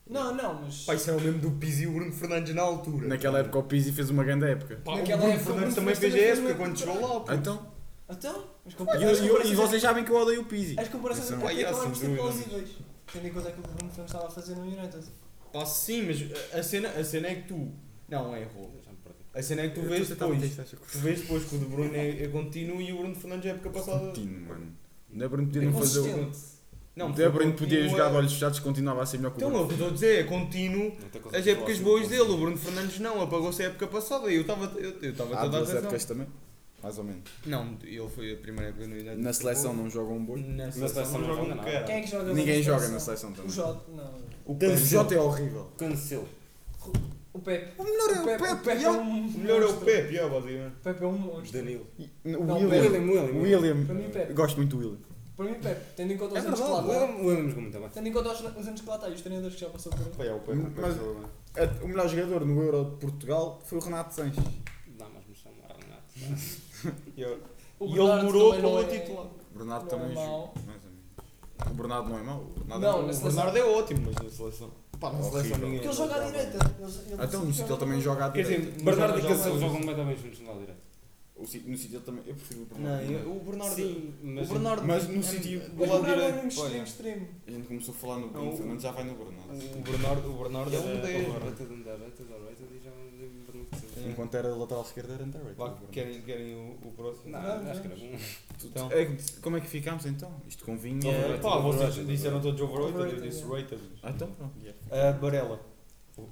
Não, não, mas.
Pá, isso era o mesmo do Pizzi e o Bruno Fernandes na altura.
Naquela época o Pizzi fez uma grande época.
é- Pá, o
Naquela
Bruno
época, o
Fernandes
Bruno
também fez
Fernandes
a
também
época
foi
quando
muito-
chegou lá. pô.
Então?
Então, mas
E,
compara-
eu-
as
e eu- e
comparações-
vocês sabem que eu odeio o Pizzi.
As comparações tipo
São
até que
palhaços,
acabam por ser
Bruno.
plausíveis. Tendo em conta aquilo que o Bruno Fernandes estava a fazer no United.
Então, Pá, sim, mas a- a cena, a cena é que tu. Não, é erro.
Já me perdi.
A cena é que tu
Eu
vês
estou a tentar
depois.
meter isto, acho
Tu vês depois que o de Bruno é, é contínuo e o Bruno Fernandes é época
que-
passada.
Contínuo, mano. O De Bruyne podia não fazer o.
É Consistente.
O
foi
De Bruyne podia
contínuo,
jogar
é-
de olhos fechados, continuava a ser melhor que o
Então, é o
Bruno.
que eu estou a dizer, é contínuo.
Não tem coisa
As
que eu
épocas
acho
boas
que
dele, o Bruno Fernandes não, apagou-se a época passada e eu estava eu, eu estava
Há
toda a
Ah, duas
razão.
épocas também. Mais ou menos.
Não, ele foi a primeira época no United.
Na seleção não jogam bons.
Na
Na seleção
seleção não
não
joga
joga
um
nada.
cara.
Quem é que joga
Ninguém
bem
joga na seleção
O
também.
Jota, não.
O
Cancelo.
Jota é horrível.
Cancelo.
O Pepe.
O melhor é o
O
Pepe.
Pepe é um
O melhor é o
monstro.
Pepe, é, basicamente.
O Pepe é um monstro.
Danilo.
O
Não,
William. O
Para mim,
William.
Pepe.
Gosto muito do William.
Para mim, Pepe, tendo em conta
É
os anos que
verdade.
lá
O
está.
William- o William jogou muito bem.
Tendo em conta os os anos que lá está e os treinadores que já passou por ele.
Pá, é o Pepe, o Pepe
Mas-
joga bem.
A- O melhor jogador no Euro de Portugal foi o Renato Sanches.
Dá mais noção ao Renato.
E eu-
O
E ele
Bernardo
demorou
também não
para o
é-
titular.
O Bernardo
Não
também
é
joga-
mau.
mais ou menos. O Bernardo não é mau. O Bernardo
Não,
é
na
O
mau.
seleção-
Bernardo é ótimo, mas na seleção. Pá, na
Horrível.
seleção ninguém.
Porque ele joga à direita. Ele- ele-
Então, no sítio ele também joga à
Quer dizer,
direita.
Bernardo e
joga-
Cancelo
joga-
jogam muito bem juntos no lado direito.
O sítio- No sítio ele também. Eu prefiro o
Não,
Bernardo.
eu- o Bernardo.
Sim,
O
mas.
Bernardo.
Mas no
é-
sítio-
do
O
lado
Bernardo é um
direito.
extremo,
olha,
extremo.
A gente começou a falar no
Não,
Bruno
o-
Fernandes, já vai no Bernardo.
O Bernardo, o Bernardo é um 10. mano.
Overrated,
um
underrated, overrated e já o Bernardo Cancelo.
É.
Enquanto era lateral esquerdo era underrated.
Vá,
o Bernardo.
Querem querem o o próximo?
Não, acho que era bom.
Então.
É que- como é que ficámos então? Isto convinha.
É,
Overrated,
pá, vocês
overrated,
disseram todos overrated, eu
Overrated,
disse
yeah.
rated.
Ah, então pronto.
Ah, Barella.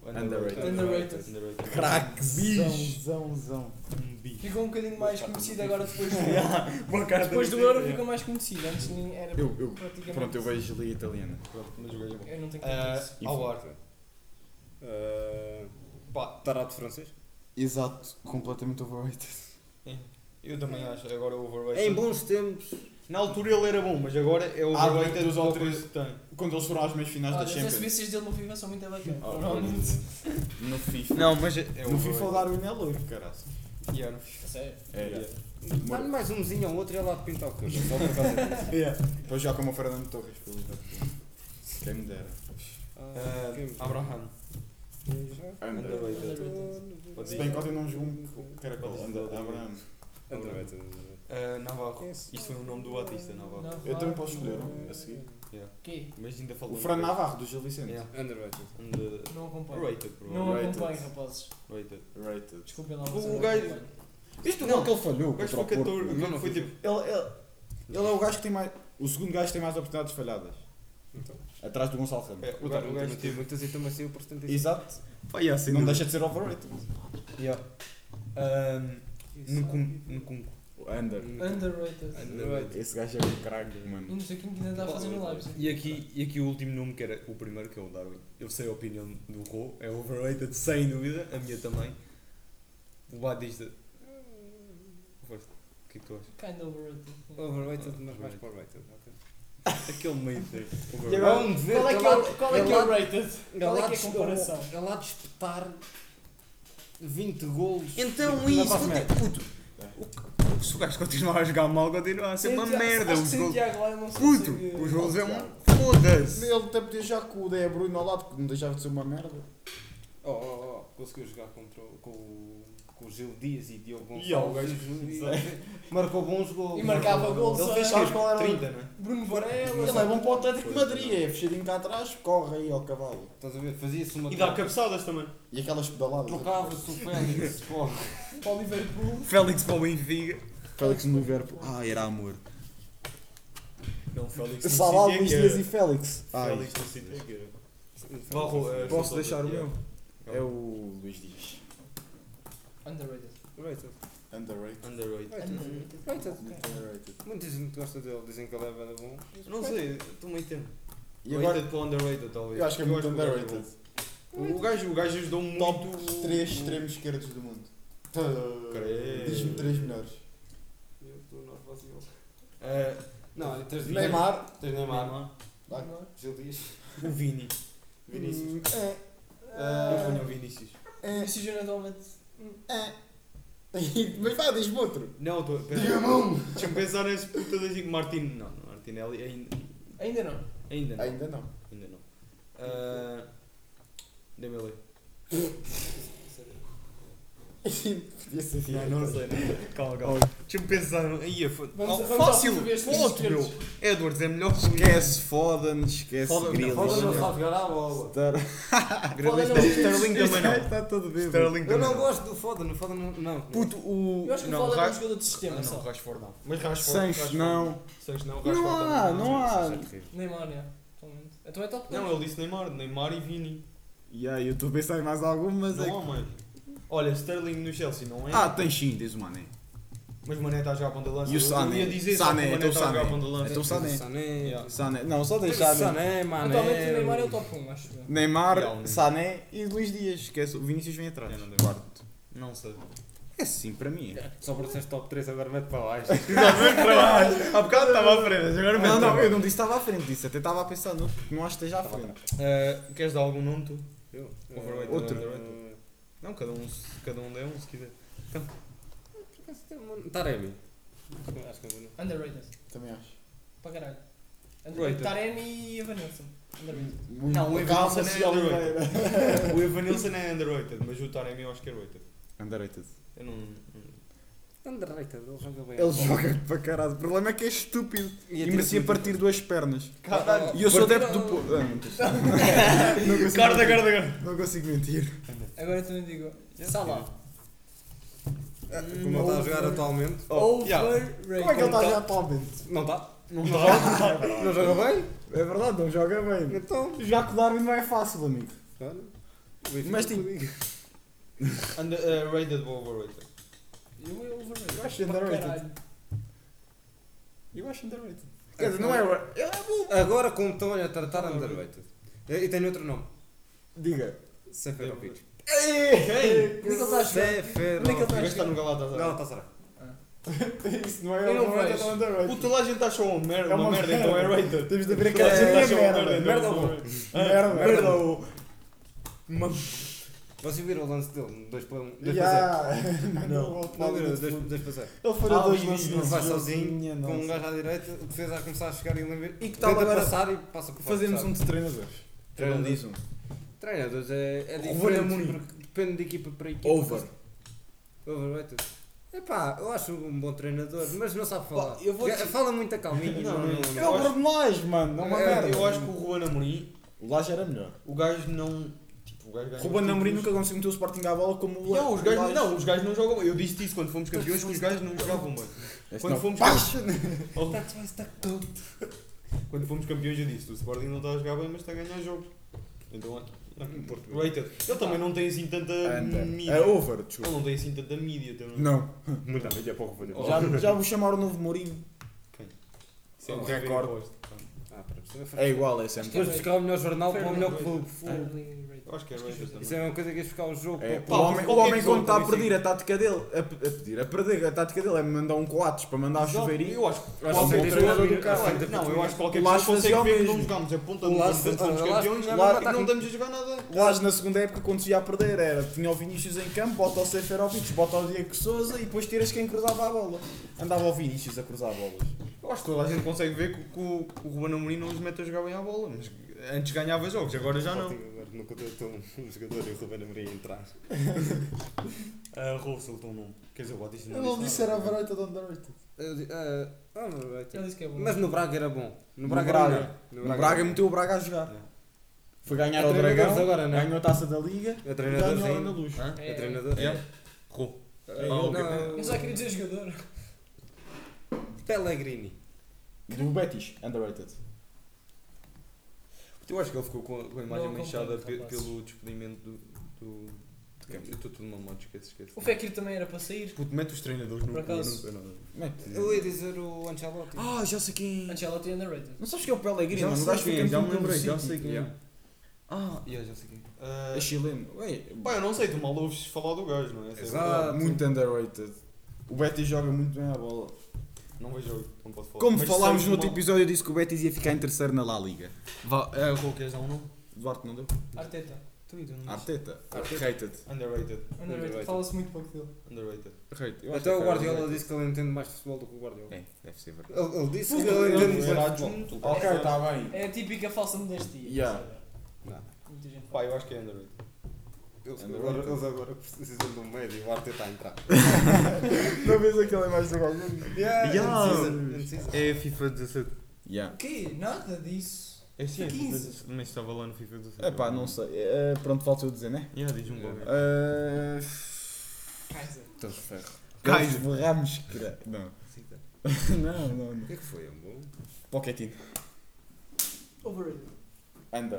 Underrated.
Underrated.
Underrated.
Craques! Zão, zão.
Um bicho.
Ficou um bocadinho mais conhecido agora depois do
Boa cara
Depois do Euro ficou mais conhecido. Antes nem era
Eu, eu,
praticamente.
pronto, eu vejo Liga Italiana.
Pronto, mas o gajo é bom.
Eu não tenho
Ah,
conhecimento.
ao ar.
Uh, pá, tarado francês?
Exato, completamente overrated.
Eu também acho, agora o overweight.
Em bons tempos.
Na altura ele era bom, mas agora é o
Ah,
overweight
dos
dos outros
outros-
que tem.
Quando eles foram às meias finais
Olha,
da
as
Champions.
assistências dele no FIFA são muito bacanas.
Ah,
Provavelmente.
No FIFA.
Não, mas é, é
no FIFA o Darwin é loiro, caralho.
Yeah, no FIFA.
A Sério.
É.
Dá-lhe mais umzinho ao outro e ela de pintar o cu. Só por causa
(laughs)
disso.
Depois já como o Fernando Torres, pelo Liverpool. Quem me dera.
Ah, é quem-
Eh, Abraham.
Anda.
Underrated.
Se bem que ontem não jogou um caracol. Anda, Abraham.
Underrated.
Ah, Navarro.
Esse-
Isto foi o nome do Batista, Navarro.
Não,
Eu também
não.
posso escolher um, a seguir.
Quê?
Mas ainda falou.
O Fran Navarro, do Gil Vicente.
Yeah.
Underrated.
Under-
Não acompanho.
Rated,
Não
provavelmente.
Rated.
acompanho, rapazes.
Rated.
Rated.
Desculpem lá.
O
mas eu não
gajo-
acompanho.
Isto
é O gol que ele falhou
O gajo
contra o
foi 14.
Porto.
o
Não,
gajo
não
foi
foi
tipo.
Ele, ele, ele é o gajo que tem mais. O segundo gajo que tem mais oportunidades falhadas.
Então.
Atrás do Gonçalo Ramos.
É,
O
o gajo- o
Darwin
gajo
teve
teve.
muitas e também saiu por 75.
Exato.
Pá, yeah, sem
não
dúvida.
deixa de ser overrated.
Yeah. Ahm, Ehm, Nkunku- Nkunku.
Under.
Underrated.
Underrated.
Esse gajo é um craque,
E
mano.
não sei quem ainda está a fazer milagres. hein?
E aqui, e aqui o último nome que era o primeiro, que é o Darwin. Eu sei a opinião do Rô, é overrated sem dúvida, a minha também. O Batista. Força, o que é que tu achas?
Kind of overrated.
Overrated,
Ah,
mas mais
overrated.
para overrated. ok.
Aquele meio termo.
E
Overrated.
agora,
Qual é que é o- qual é que é o rated? Qual é que é a comparação?
Ele lá de espetar 20 golos.
Então
na
isso,
fase média.
puto, puto. O- Se o gajo continuar a jogar mal, continua a ser uma
Santiago-
merda.
acho que
Os gols.
Santiago lá não se
Puto,
consegue-
os gols é um. Foda-se!
Ele até podia já com o De Bruyne ao lado, que não deixava de ser uma merda.
Oh, oh, oh, conseguiu jogar contra, o- com, o- com o Gil Dias e Diogo Gonçalves.
E ao gajo-
E- Marcou bons gols.
E marcava gols.
Ele fez
Sabes
quê?
qual era o-
30, não é?
Bruno Varela.
Ele é bom para o Atlético de Madrid, é fechadinho cá atrás, corre aí ao cavalo.
Estás a ver? Fazia-se uma.
é? E dá cabeçadas também.
E aquelas pedaladas.
Trocava-se o (laughs) Félix. porra.
Para o Liverpool.
Félix para o Benfica.
Félix no Liverpool. Ah, era amor.
Não, Félix. no
Salá,
City
Luís
é que
Dias
era.
e Félix.
Félix no City é que era. Barro, eh,
Félix.
Posso deixar o
Yeah.
meu? É o Luís Dias.
Underrated.
Rated.
Underrated.
Underrated.
Rated. Rated.
Underrated.
Muita gente gosta dele, dizem que ele é bué bom.
Não sei, estou meio tempo.
E agora,
Rated pelo underrated, talvez.
eu acho que é muito
o gajo é
underrated.
bom. O gajo, o gajo ajudou muito.
Top
o-
3
o-
extremos esquerdos do mundo.
Creio.
Diz-me 3 melhores.
Eu estou na fase dele.
Eh,
Não, tens de-
Neymar.
Tens Neymar.
Neymar.
Vai.
Não é?
Gil Dias.
O Vini.
Vinícius.
Hum, é,
Eu
Ah.
ponho o Vinícius.
é,
Esse geralmente.
Ah, é. (laughs) Mas vá, diz-me outro.
Não, estou a pensar. Deixa-me pensar nesse puta das. Martino, não, não, Martinelli ainda,
Ainda não.
ainda não.
Ainda não.
Ainda não. Eh, Dembélé.
Podia ser é.
Não, não sei, não. Calma, calma. Deixa-me pensar. Aí, é foda.
Vamos-
Oh,
vamos ao
fácil.
português,
Foda-se, meu.
português.
Edwards é melhor.
Esquece foda-me, esquece
Foden-
grilos.
Foden não sabe
jogar à bola.
Estar-
Grealish
não.
também- Sterling
Este
também
gajo
não.
está todo bêbado.
Sterling
Eu
também
não gosto do Foden, o Foden não. não.
Puto, o...
(laughs) Eu acho que o
Não,
Fala é um
Ra-
jogador de sistema,
Ah, não,
só.
Rashford não. Mas Rashford.
Sancho,
Rashford.
não.
Sancho não, Rashford
Não há,
também
não há.
Neymar, é. Atualmente. Então é top.
Não, ele disse Neymar, Neymar e Vini.
E aí, eu estou a pensar em mais algumas.
não
é
há mais. Olha, Sterling no Chelsea não é.
que- Ah, tem sim, diz o Mané.
Mas Mané está a jogar a ponta de lança.
E o Sané?
Eu ia
Sané,
dizer só que o Mané
então
está a jogar
Sané.
a ponta de lança.
Então Sané.
Sané.
Yeah.
Sané. Não, só deixar.
Sané, mano.
Atualmente
Ah,
o Neymar é o top 1, acho. eu.
Neymar,
Yeah, o Neymar.
Sané e Luís Dias. Esquece, o Vinícius vem atrás.
É, não deu.
Quarto.
Não sei.
É sim, para mim. é.
Só por seres top 3, agora mete para baixo.
Há bocado estava à frente, assim, agora
Não, não, eu não disse que estava à frente disso. Até estava a pensar no porque não acho que esteja à
Estava
frente.
Eh, Queres dar algum nome tu?
Eu?
Overrated,
Outro.
underrated. Não, cada um, cada um dê um se quiser.
um Taremi. Acho que é bom.
Underrated.
Também acho.
Para caralho.
Rated.
Underrated. Taremi e Evanilson. Underrated.
Não, o
Calma,
Evanilson
se
é
Oliveira.
o Evanilson é underrated, mas o Taremi eu acho que é rated.
Underrated.
Eu não. não-
Underrated, um ele joga bem.
Ele joga para caralho. O problema é que é estúpido. E, merecia partir duas pernas.
Caralho.
E eu sou
Partiu-
adepto do Porto. Ah, não consigo- não consigo
Guarda,
mentir.
guarda, guarda.
Não consigo mentir.
Agora também digo. Salah.
Ah,
Hum,
Como ele está a jogar atualmente.
Oh, yeah.
Overrated.
Como é que ele está já atualmente?
Não está.
tá.
Não dá.
Não joga bem?
É verdade, não joga bem.
Então.
Jogar com o Darwin não é fácil, amigo.
Olha. O Benfica
Mas tem-
comigo.
Under, uh, rated ou overrated?
Eu é overrated.
Eu acho
Para
underrated.
caralho.
Eu acho underrated. Quer dizer, não é. Ele é bom.
Agora como estão a tratar underrated. E e tenho outro nome.
Diga.
Seferovic.
Quem?
Onde é que ele está a jogar? Onde é que ele
Seferovic. tá
está a
Mas está
jogar?
no Galatasaray.
Galatasaray.
Ah.
Isso não é
Eu não
não é
vejo.
tão underrated.
O toda a gente achou uma merda,
É
uma
uma
merda,
merda.
então é rated.
Temos de abrir a
Toda a gente
cadeira.
assim,
achou uma
Merda
então
ou
é
bom?
rated.
Merda, merda
merda
ou. Uma- Vocês viram o lance dele? Um, 2 para 1. 2 para 0.
Yeah.
Não, não viram,
Ele
2 para 0.
Ah,
falhou dois
Alvin
lances
Nunes vai
jogo,
sozinho,
minha
Com um
nossa.
gajo à direita, o defesa a começar a chegar e lembrar. E que
tal
tenta
agora
passar e passa por fora,
Fazemos
sabe?
um de treinadores. Cada um diz um.
Treinadores é, é
Revolha
diferente
muito.
porque depende de equipa para equipa.
Over.
Overrated. Epá, eu acho um bom treinador, mas não sabe falar.
eu vou
Ga-
te-
Fala muito a calminha.
Não,
não,
não,
não,
não.
É o Bruno Lage, mano. Não é uma
É,
merda.
Eu acho que o Ruben Amorim,
O Lage era melhor.
o gajo não. Tipo, o gajo ganha
Ruben
títulos.
Amorim nunca conseguiu meter o Sporting à bola como o
Não, os
o
gajos
Lage.
não, os gajos não jogam. Eu disse isso quando fomos campeões que os gajos não jogavam bem.
Este
Quando
não.
fomos campeões. Quando fomos campeões eu disse, o Sporting não está a jogar bem, mas está a ganhar jogos. Então aqui, aqui o Porto. Rated. Ele também não tem assim tanta
Anda. É
mídia.
over,
Ele
desculpa.
não tem assim tanta mídia também.
Não.
Muita mídia para o Ruben.
Oh.
Já, já vou chamar o novo Mourinho.
Isso é um
Oh,
recorde.
recorde.
Ah, para perceber.
É igual, é sempre.
Depois de buscar o melhor jornal para o melhor clube.
Eu acho que é rated também.
Isso é uma coisa que é buscar o jogo.
É,
para-
o homem, o
qualquer
homem
pessoa
quando está a
também
perder a tática dele, a, pe- a pedir, a perder a tática dele é mandar um coates para mandar
Exato.
chuveirinho.
Eu acho que
Acho
Qualquer
que é
treinador
treinador
do caralho.
Acho que é
Não, eu
treinador.
acho que qualquer
O
pessoa
Lage fazia
consegue
o
ver que não
mesmo.
jogámos a
é
ponta
O
do
Lage-
quando fomos
ah, o Lage
campeões
jogava
e
ataque.
não estamos a jogar nada.
Lás na segunda época quando se ia a perder era tinha o Vinícius em campo, bota o Seferovic, bota o Diego Souza e depois tiras quem cruzava a bola. Andava o Vinícius a cruzar bolas.
Eu acho que toda a gente consegue ver que, que o, que o Ruben Amorim não os mete a jogar bem à bola. Mas antes ganhava jogos, agora já não.
Sporting agora Nunca estou um jogador e o Ruben Amorim entrar.
Ah, Russell, então não. Quer dizer, o Batista
Eu não disse que era overrated ou underrated.
Eu di- ah, ah, não, vai ter.
Ele disse que é bom.
Mas no Braga era bom. No
No
Braga era
Braga.
melhor. No
O Braga
era
meteu o Braga a jogar.
É.
Foi ganhar
É
ao Dragão,
treinadores agora, não é?
ganhou a taça da Liga
melhor. É
e
treinador
ganhou a Ana
sim.
Luz.
Hã?
É
É.
treinador.
É. Ru.
É,
Ah, ok.
não,
Eu só queria dizer jogador.
Pellegrini.
Do Betis, underrated.
Eu acho que ele ficou com a, com a imagem
Não acompanho,
manchada pe-
rapaz.
pelo despedimento do. do... de quem? Eu estou tudo mamado, esquece, esquece.
O Fekir também era para sair.
Puto, mete os treinadores no
Por
cu,
acaso.
não sei
Mete.
Eu ia dizer o Ancelotti.
Ah, já sei quem.
Ancelotti underrated.
Não sabes que é o Pellegrini,
nada.
mano? O gajo foi
já me
campeão
lembrei,
do
já
City.
sei quem
tipo, Yeah.
é. Ah, yeah, já sei quem. Ah,
É chileno. Ué,
Pá, eu não sei, tu mal ouves falar do gajo, não é? Essa é a
Exato.
verdade.
muito underrated. O Betis joga muito bem a bola.
Não vejo jogo, não posso falar.
Como
Mas
falámos
sei
no
mal.
outro episódio, eu disse que o Betis ia ficar em terceiro na La Liga.
Vá, é, Rô, queres dar um nome?
Duarte não deu?
Arteta.
Então,
Tu e tu
Ah,
não
Arteta.
Arteta.
Rated.
Underrated,
Underrated.
Underrated.
Fala-se muito pouco dele.
underrated.
Rated. Eu acho
Até
que
Então o
é
Guardiola
underrated.
disse que ele entende mais de futebol do que o Guardiola.
É, deve ser verdade.
Ele, ele disse que
Ele
ele entende
era
mais de futebol.
adjunto.
Ok,
Essa-
está bem.
É a típica falsa modestia.
Yeah.
sabe? Muita gente
Pá,
fala.
eu acho que é underrated.
Eles
Underrated.
agora, eles agora precisam de um médio e o Arteta a (laughs) entrar.
Não vês aquela imagem do Gogo?
Yeah,
Yeah.
não precisa, não precisa.
É FIFA 17.
Yeah.
Que? Nada disso.
É sim, é
FIFA
15. Mas estava lá no FIFA 17.
Epá, não sei. Eh, pronto, falta eu dizer, né?
Yeah, diz um gol.
Uh,
Kaiser.
Estás de ferro.
Kaiser Ramos. cra- Não. não, não,
tá. O
não.
que é que foi, amor?
Pochettino.
Overrated.
Under.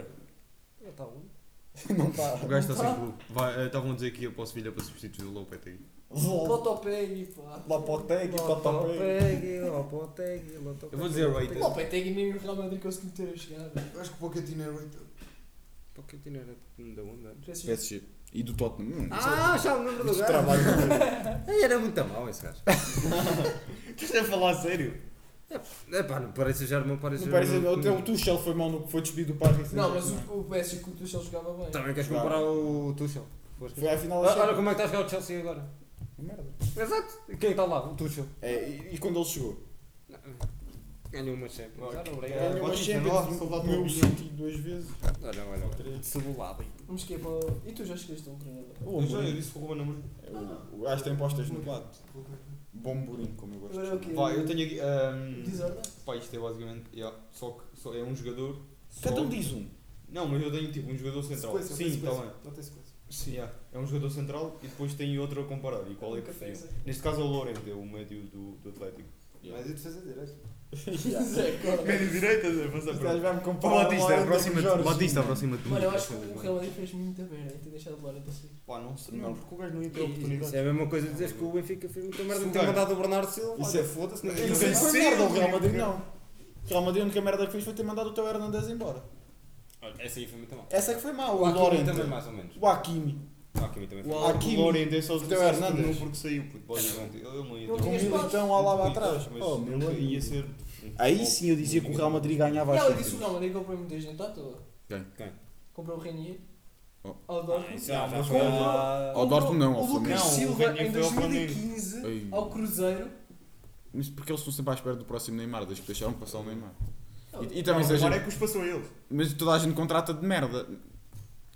Ele está um.
Não está.
É, O gajo está sem clube. Vai, eh, Estavam a dizer que ia para o Sevilha para substituir o Lopetegui.
Lotopegui, pá.
Lopetegui, Lopetegui.
Lopetegui, Lopetegui, Lopetegui.
Eu vou dizer rated.
Lopetegui nem o Real Madrid conseguiu meter a chegada.
Eu acho que o Pochettino é rated.
Pochettino era da onda.
Parece-
PSG. E do Tottenham. Hum,
Ah, já me
é
lembro do
isto
(laughs)
gajo.
trabalho.
Ei, Era muito mau esse gajo.
Estás a falar a sério?
É pá, não parece germão, parece
Não parece até o Tuchel foi mal no que foi despedido do Paris.
Não, mas o, o PSG que o Tuchel jogava bem.
Tá.
Também queres comparar o Tuchel? Pois.
Foi à final
Ah,
da
Olha olha
Champions.
como é que está a jogar o Chelsea agora.
Merda.
Exato. Quem está lá? O Tuchel.
É, e, e quando ele chegou?
Ganhou uma Champions. Olha, obrigado.
Ganhou uma
Batista,
Champions,
nossa,
comeu
meu
o City duas vezes.
Olha, olha, olha. Cebolado.
Vamos que é para... E tu já escolheste um treinador?
O
Eu já eu
Amorim.
disse que o Ruben Amorim.
É o- O gajo tem postas no lado. Bom burinho, como eu gosto.
Agora é o quê?
Pá, eu tenho aqui. ahm,
Desordem?
Pá, isto é basicamente. yeah, só que só é um jogador. só-
Cada um diz um.
Não, mas eu tenho tipo um jogador central. Sim, está bem.
Não tem sequência.
Sim.
Yeah, É um jogador central e depois tem outro a comparar. E qual é que foi? (laughs) Neste caso é o Lorente, é o médio do, do Atlético.
Yeah.
e defesa direita?
Zé, agora.
Médio direita, é passar
Este gajo vai-me
Pá,
comparar
Batista,
Laurent
aproxima-te.
Jorge.
Batista, aproxima-te.
Mano, eu
muito.
acho que o Real Madrid fez muita merda em ter deixado o Lorente a sair.
Pá, não sei.
Não.
Não, porque o gajo não ia ter oportunidade.
Isso é a mesma coisa de dizeres que o Benfica fez muita merda
Se
de
o
ter
gajo-
mandado o Bernardo Silva.
Isso é
foda-se.
Não,
não é?
Isso é
Sim.
foi merda, o Real Madrid não. O Real Madrid a única merda que fez foi ter mandado o teu Hernandes embora.
Olha, Essa aí foi muito mal.
Essa é que foi má, o
O Hakimi
Lorente.
também, mais ou menos.
O Hakimi.
O Hakimi também
O
foi.
Hakimi.
O Lorient é só os
Teo Hernandes.
não porque saiu, puto, bola gigante. Ele é não ia ter-
Não
Com o
tinhas espaço.
Militão ao lado então, atrás.
Mas
Oh, meu
nunca ia
amigo.
ser.
Aí sim eu dizia que o Real Madrid ganhava as
Não, eu disse o
Champions.
nome, nem comprei muita gente então, à toa.
Quem?
Quem?
Comprou o Renier.
Oh.
Ao
Ah,
Dortmund.
isso já- já
Mas
foi
comprou-
há-
Ao Dortmund não, ao
O Lucas
Flamengo. Não, o
Silva
Renier
em
foi ao Flamengo.
2015
Ei,
ao Cruzeiro.
Mas porque eles estão sempre à espera do próximo Neymar, desde que deixaram um passar o Neymar.
Não,
E, e também
Agora
seja.
é que os passou a eles.
Mas toda a gente contrata de merda.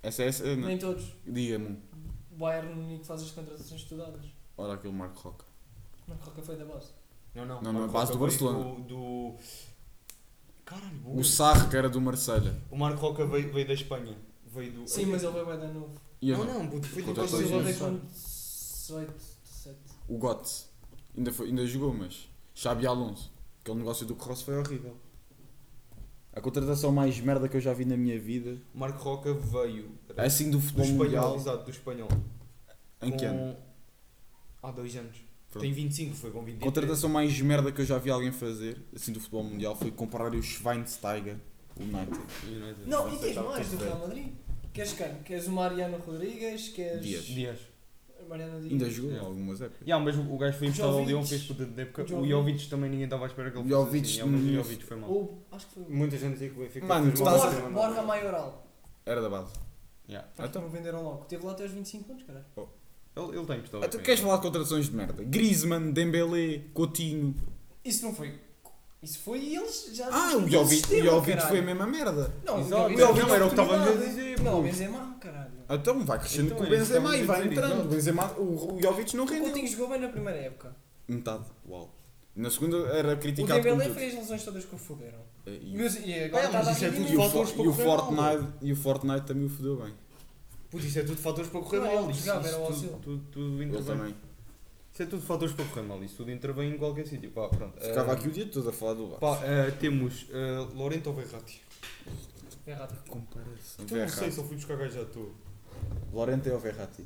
Essa é essa. não.
Nem todos.
Diga-me.
O Bayern Munique faz as contratações estudadas.
Ora aquele Marco Roca.
Mas qual que foi da base?
Não, não.
Não,
Marco
na base do
Roca veio
Barcelona.
Do. do- Caralho, bom.
O Sarre que era do Marselha.
O Marco Roca veio, veio da Espanha. Veio do.
Sim, mas ele veio bem da novo.
E eu
Não,
não.
não, puto, foi do
Contra
O
Sim,
Silva
sim,
veio
Barcelona.
com 18, 17.
O Götze. Ainda, foi, ainda jogou, mas. Xabi Alonso. Aquele negócio do Cross foi horrível.
A contratação mais merda que eu já vi na minha vida.
O Marco Roca veio. peraí,
Assim do
Do
futebol
espanhol,
mundial.
exato, do espanhol.
Em que
Com-
ano?
Há dois anos.
Pronto.
Tem 25, foi com 23.
contratação mais merda que eu já vi alguém fazer, assim do futebol mundial, foi comparar o Schweinsteiger, o United.
United.
Não,
Não
e
sei,
tens
tá
mais do
tudo
Real Madrid? Queres quem? Queres o Mariano Rodrigues? Queres.
Dias.
Dias.
Mariano Dias.
Hum.
Ainda jogou em
Yeah.
algumas épocas.
Yeah, mas o o gajo foi emprestado ao
Jovic.
Leão, fez por tanto tempo. que O
Jovic.
Jovic também ninguém estava à espera que ele fosse.
Jovic
assim, yeah, mas o
não-
Jovic foi mal.
Ou, acho que foi o.
Muita gente dizia que o Benfica.
Mano,
fez
tu
mal é
estás-
na
Borja,
semana.
Borja Maioral.
Era da base.
Yeah.
Pá,
Então.
Não venderam logo. Teve lá até os 25 anos, caralho.
Ele, tá ele tem emprestado.
Ah, tu queres falar de contratações de merda? Griezmann, Dembélé, Coutinho.
Isso não foi. Isso foi e eles já.
Ah, o
eles
Jovic, o
desistiram,
Jovic
caralho.
foi a mesma merda.
Não,
Exato.
o
O Jovic
Jovic
era o que
estávamos a
oportunidade.
dizer,
Não,
pô.
o Benzema, caralho.
Então vai crescendo
Então
com o
é,
Benzema e
estamos a
vai
dizer
entrando.
isso.
O, Benzema, o, o Jovic não
O
rendeu.
Coutinho jogou bem na primeira época.
Metade. Uau. Na segunda era
O
criticado como
Dembélé
tudo.
fez as lesões todas que o fuderam.
Eh, E,
Mas- E agora
Ah,
está a
mas
dar
isso é tudo
e, o,
rendimento.
fatores
Fo-
para
e o
correr mal.
Fortnite, e o Fortnite também o fodeu bem.
Puto, isso é tudo fatores para correr
Não,
mal.
ele
Isso,
jogava, era o
isso
auxílio.
tudo, tudo, tudo
Ele
intervém.
também.
Isso é tudo fatores para correr mal. Isso tudo intervém em qualquer sítio. Pá, pronto.
Ficava
Ah,
aqui o dia todo a falar do VAR.
Pá, ah, temos ah, Lorente ou Verratti?
É errado.
Comparação.
Tu Então não sei se eu fui buscar gajo à toa.
Lorente ou Verratti?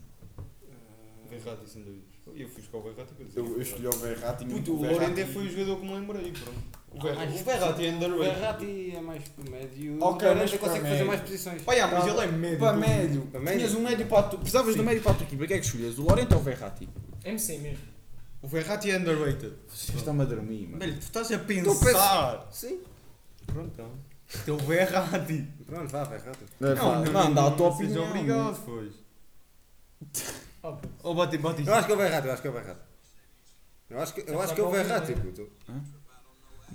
Verratti, sem dúvida. Eu fui buscar o Verratti para dizer.
Eu, eu escolhi o Verratti e
Puto, o Lorente é foi o jogador que me lembrei. Pronto. O Ver-
Ah,
o Verratti é
O
underrated.
Berratti é mais para médio.
Ok,
O Berratti
mas para
consegue fazer
médio.
mais posições.
Pá, yeah, mas ele é médio.
Para
tu-
médio.
Para médio.
Tinhas um médio para tu. Precisavas de um médio para a tua equipa. O que é que escolhias? O Lorente ou o Verratti?
MC mesmo.
O Verratti é underrated.
Vocês estão-me a dormir, mano.
Velho, tu estás a
pensar.
pensar.
Sim. Pronto, então.
Teu Verratti.
Pronto, vá, Berratti.
Não, não, não, dá a tua
seja
opinião.
obrigado, foi.
Óbvio.
Ou Oh, bate, bate.
Eu acho que é o Berratti, eu acho que é o Berratti. Eu acho que, eu acho que é o Berratti, puto.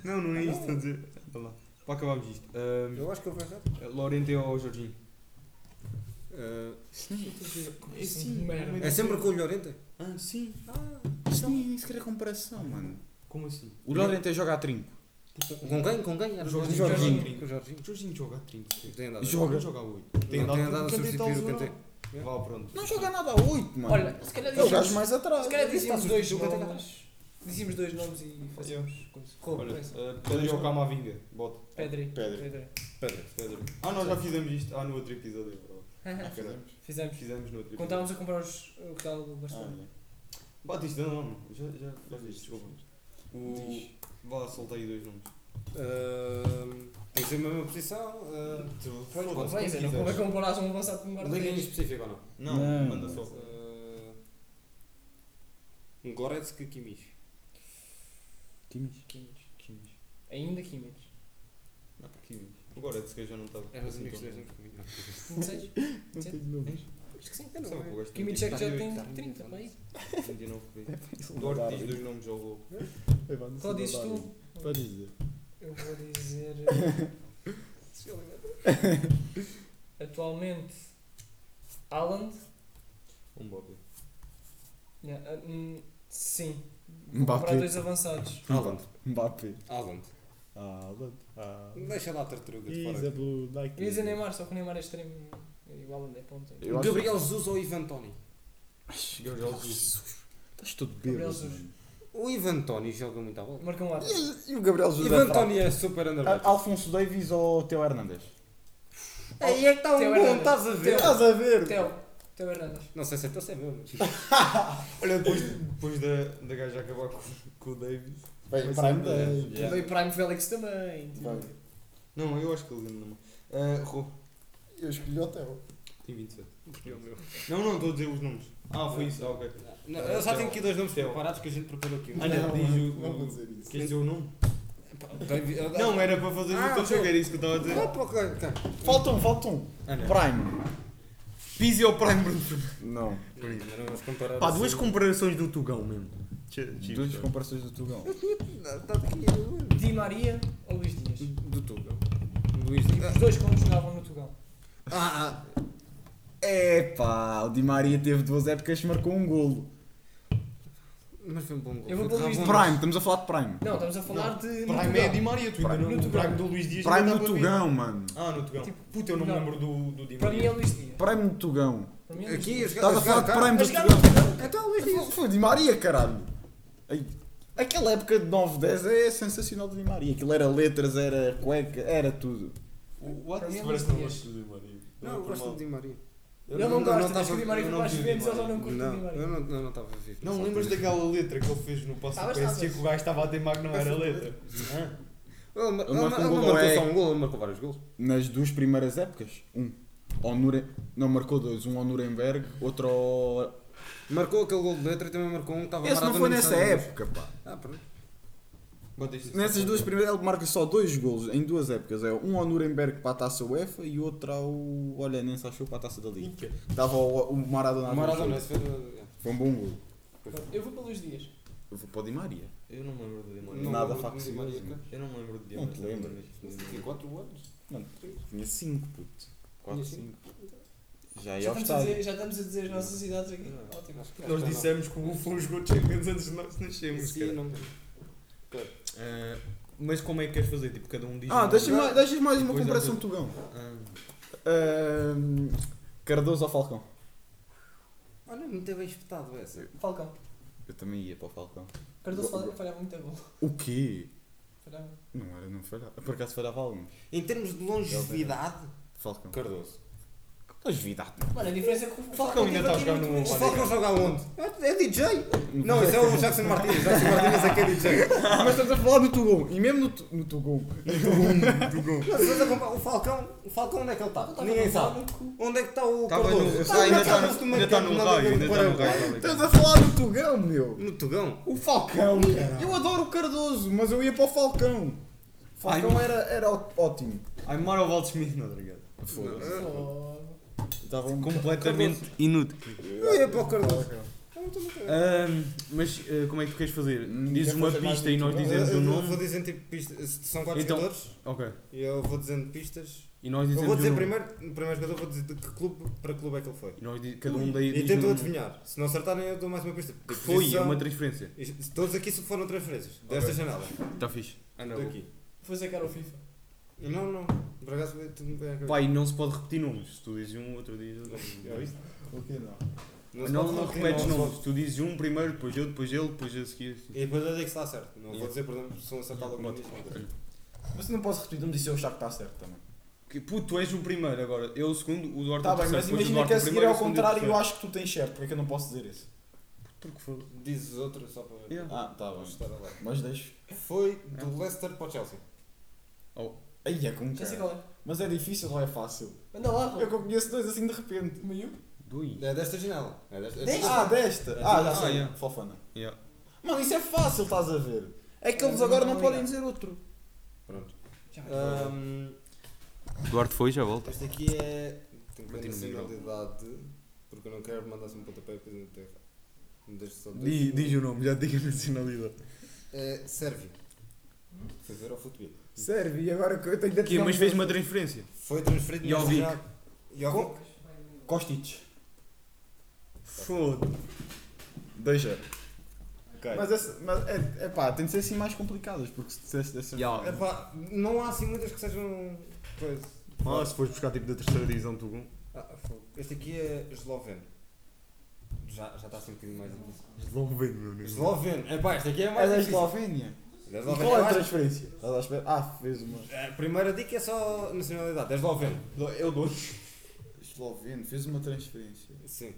Não, não é isto, a dizer. Olha lá. Para acabarmos isto.
Eu acho que é o Berratti.
Lorente ou Jorginho?
É sim,
É sempre com o Llorente?
Ah, sim.
Isto nem nem sequer é comparação, mano.
Como assim?
O Lorente joga a trinco.
Com quem? Com quem? Era
O Jorginho.
Jorginho. Com o Jorginho.
O Jorginho joga a 30.
Não tem nada. a ver.
Joga.
Não joga a 8.
Não tem nada a substituir o Kanté.
Vá, pronto.
Não joga nada a 8, mano.
Olha, se calhar
é o gajo
dizíamos,
mais atrás.
se calhar
Isso está
dizíamos dois
substituído, até cá
nomes. Dizímos dois nomes e fazemos coisa. Roubo,
Olha,
pensa.
ah, Pedro ou Camavinga? Bota.
Pedri.
Pedri.
Pedro.
Pedro. Ah, nós já fizemos isto. Ah, no outro episódio. Fizemos.
(laughs) Fizemos.
Fizemos no outro episódio.
Contávamos a comprar os, o Real do
Ah,
Barcelona.
Bate isto, não, não. Já, já, já fiz, desculpa. O... Vá, soltei aí dois nomes.
Ahm, Tem que ser a mesma posição. ah, ahm,
Tu-
Pronto,
foda-se,
Bem,
como
Zé, não convém
quiseres.
comparar um avançado com um
Liga é em
guarda-redes.
específico ou não?
Não,
Não.
manda só.
Um Goretzka Kimmich.
Times.
Kimmich. Ainda Kimmich.
Kimmich. Agora é de se calhar já não estava.
Eram os
assim
amigos
tão
dois
bem.
em Kimmich.
Não sei. Acho que sim.
Eu não
Sabe
sei.
que eu gosto de
Kimmich é que já tem
Está muito
30,
bem.
bem.
29 por aí. Duarte diz dois nomes ao lobo.
Qual dizes tu?
Podes dizer.
Eu vou dizer. Se eu lembro. Atualmente, Haaland.
Um Bob.
Yeah, ah, hum, sim. Vou comprar
Mbappé.
dois avançados.
Haaland.
Mbappé.
Haaland.
Haaland. Haaland.
Deixa lá a tartaruga de fora.
blue Nike.
Eu ia dizer Neymar, só que o Neymar é extremo. E o Haaland é ponta.
Eu acho
Gabriel Jesus ou Ivan Toni?
que-
Gabriel
Gabriel Jesus. Estás todo
Gabriel
bêbado.
Jesus.
mano.
O Ivan Toni joga muito à bola.
Marca um ato.
E- E o Gabriel Jesus é
Ivan
fraco.
Toni é super
A-
underrated.
Alfonso Davis ou Teo Hernandes?
Aí é que está um
Teo
bom,
Hernandes.
estás a ver?
Teo. Estás
a ver?
Teo. Teo Hernandes.
Não sei se é teu, se é meu. (laughs) mas-
Olha, depois, depois da, da gaja acabar com, com o Davis.
Bem,
Mas
Prime
ainda-
Day.
Yeah. Veio Prime Félix também.
Vai.
Não, eu acho que ele ainda não. Uh, Rô.
Eu escolhi o Teo.
Tem 27.
Escolhi o meu.
Não, não, estou a dizer os nomes. Ah, foi isso. Ah, ok.
Não, eu só tenho aqui dois nomes
Teu.
preparados que a gente preparou aqui.
Ah, não, diz o-
não vou
o-
dizer isso.
Queres dizer o nome?
Não,
Não, era para fazer
Ah,
o teu
ok.
jogo, era isso que eu estava a dizer.
não, é porque.
Falta um, falta um.
Ah, não.
Prime.
Pizzi ou Prime Bruno Fernandes?
Não.
Ainda não vamos comparar. assim.
Pá, duas comparações do Tugão mesmo.
Duas comparações do Tugão.
tá
Está
é
aqui.
Di Maria ou Luís Dias?
Do Tugão. Luís
Tipo, os dois quando jogavam no Tugão.
Ah, ah. Epá, o Di Maria teve duas épocas e marcou um golo.
Mas foi um bom gol.
Eu vou
Foi
pelo Luís
Ramon.
Prime, estamos a falar de Prime.
Não, estamos a falar de. no
Prime é
Tugão.
Di Maria, tu ainda
Prime.
não.
No
O
Tugão.
Prime do Luís Dias.
Prime
ainda
no
dá para
Tugão, mano.
ver. Ah, no Tugão.
Tipo,
Puta, eu não me
não.
lembro do, do Di
Para mim é
Maria.
Luís Dias.
Prime no Tugão.
Para mim é Luís
Aqui,
Dias.
a jogar-
Estás a falar de
jogar-
Prime
A
do
jogar no
Tugão.
Tugão.
Então, Luís
Foi- Foi o Di Maria, caralho. Ai, Aquela época de 9, 10 é sensacional do Di Maria. Aquilo era letras, era cueca, era tudo.
O o Atis
Para mim
parece
é Luís
que não
Dias.
gosta do Di Maria.
Não, eu gosto do Di Maria.
Eu
Ele
não-
não
eu
gosta,
não
diz que
tava-
o Di Maria
eu
foi
não
para as
vi o
Juventus,
Di
ele já não curte o Di
Não, eu
Maria.
não- eu não estava vivo.
Não,
nessa
lembras
altura.
daquela letra que ele fez no passo do
Estavas,
PSG que
estavas.
o gajo estava a teimar que não era letra? Hã?
Ele ma-
Ele
ele
marcou
ma-
um
ele
gol
não
ao
marcou
Eck.
só um gol, ele marcou vários gols.
Nas duas primeiras épocas, um. Ao Nure... Não, marcou dois. Um ao Nuremberg, outro ao...
Marcou aquele gol de letra e também marcou um que estava
Esse não
Maradona
foi
no
nessa
estádio.
época, pá.
Ah, pronto.
Bota isto assim.
Nessas duas primeiras, ele marca só dois golos em duas épocas. É um ao Nuremberg para a taça UEFA e outro ao. Olha, nem se achou para a taça da Liga.
Inca.
Estava o, o Ah, Maradona a
Maradona,
ver o jogo.
esse foi do- é.
Foi um bom golo.
Eu vou para Luís Dias.
Eu vou para o Di Maria.
Eu não me lembro do Di Maria.
Não
Nada
lembro do
faccioso,
Di Maria,
mano.
cara.
Eu não me lembro do Di
Não
Maria.
te lembras?
Tinha 4 anos.
Mano, tinha 5, puto. 4,
Tinha
5. Já ia
Já
ao
estamos, a
é estádio.
dizer, já estamos a dizer as nossas idades aqui. Ótimo.
Nós dissemos que é o Buffon jogou Champions antes de nós nascermos,
Sim,
cara.
não me
Ah, Mas como é que queres fazer? Tipo, cada um diz...
Ah,
um-
deixa mais, deixa mais uma
Pois é,
comparação de Tugão.
Ah,
Ahm, Cardoso ou Falcão?
Olha, muito bem espetado essa.
Falcão.
Eu também ia para o Falcão.
Cardoso
Go-
falha- falhava muito é a gol.
O quê?
Falhava.
Não era, não falhava. Por acaso falhava alguns.
Em termos de longevidade,
Falcão.
Cardoso.
(laughs) Longevidade.
Mano, a diferença é que o
Falcão
Falcão
ainda está
teve
a
aqui
jogar
muito
no...
bem.
O Falcão joga onde? É é DJ?
Não.
Não, esse é o Jackson Martins. Jackson Martins é que é DJ.
Mas estamos a falar do Tugão. E mesmo no, Tu- no Tugão.
Não, se você comprar- O Falcão, o Falcão onde é que ele
tá
está? Ninguém sabe. Onde é que está o
Estava
Cardoso?
no...
tá Está
Ainda
no
está
Cardoso do
no-
meio
ainda está
campo,
no
nada a ver
raio,
com
ainda
o
está no
Paraguai.
raio.
Estás a falar do Tugão, meu.
No Tugão?
O Falcão. Eu adoro o Cardoso, mas eu ia para o Falcão. Falcão era, era ó- ótimo.
Aymar ou Waldschmidt, não, obrigado.
Foda-se.
Oh.
Estava um
Completamente inútil. é,
Eu ia para o Cardoso.
Ahm, mas ah, como é que tu queres fazer?
Hum,
Dizes
quer
uma
fazer mais
pista e
do
nós
Tugão?
dizemos
Eu-
o
eu
nome.
Vou dizendo tipo pistas. São quatro
Então-
jogadores.
Ok.
E eu vou dizendo pistas.
E nós
Eu
dizemos
vou
o
dizer
nome.
primeiro, no primeiro jogador, vou dizer de que clube para que clube é que ele foi.
E nós di- cada um daí
E
diz
tentam
um-
adivinhar. Se não acertarem, eu dou mais uma pista. Tipo,
Que
De
foi, é
posição.
uma transferência.
Isto- um- Todos aqui se foram transferências. Desta janela.
Está fixe.
Ah, não. Daqui.
Foi sacar o FIFA.
Não, não. Por acaso foi tudo bem. acabado.
Pai, não se pode repetir nomes. Se tu dizes um, outro diz outro. Já viste?
se
Não,
pode
não
repetir,
repetes
não se
nomes. Tu dizes um primeiro, depois eu, depois ele, depois eu assim. a seguir.
pode. E depois eu digo que está certo. Não vou dizer, por exemplo, se não acertar logo
Bota.
nisto, não vou dizer.
Mas não posso repetir, não me disse eu achar que está certo também.
Que, puto, tu és o primeiro agora. Eu o segundo, o Duarte é
Está
o
Tá bem,
terceiro.
mas
depois o
imagina que
Duarte
a
o
seguir
primeiro,
ao
o segundo e o
contrário eu
terceiro.
acho que tu tens certo, porque é que eu não posso dizer isso?
Porque foi.
Dizes outro só para ver.
Yeah.
Ah, está
Vou chutar agora.
Mas deixo.
Foi do Leicester para o Chelsea.
Aí é com
Já sei
cara.
qual é. Ah.
Mas é difícil ou é fácil?
Anda lá,
Eu
Rô.
que conheço dois assim de repente.
Maiu.
Dois.
É desta janela. É desta.
Desta?
Ah, desta. Ah, já sei.
Ah, é.
Fofana.
Yeah.
Mano, isso é fácil, estás a ver. É que eles
Não,
agora
não Ah,
não
liga.
podem dizer outro.
Pronto.
Já.
Ahm,
Duarte foi, já volta.
Esta aqui é. Tem que
Bati
ter
no micro.
nacionalidade. Porque eu não quero mandar-se um pontapé e depois não ter. Me deixo só dois.
Diz, diz o nome, já diga a nacionalidade.
É, Sérvio. Foi ver ao futebol.
Serve, e agora que eu tenho de
Que, mas fez uma transferência.
Foi transferido na
Jovic.
nacional- Jovic.
Kostic.
Foda-se.
Deixa.
Ok.
Mas, essa, mas é, é pá, tem de ser assim mais complicadas, porque se dissesse dessa. é
Yeah.
Epá, não há assim muitas que sejam. Pois.
Ah, se fores buscar tipo da terceira divisão, tu bom.
Ah, fogo. Este aqui é esloveno. Já, já está assim um bocadinho mais difícil.
Esloveno, meu amigo.
Esloveno. Epá, este aqui é
É
mais
da
difícil.
Eslovénia.
É
E
esloveno.
qual é
Eu
a
acho-
transferência? Estás à espera? Ah, fez uma.
A primeira dica é só nacionalidade. É esloveno.
Eu dou. Esloveno, fez uma transferência.
Sim.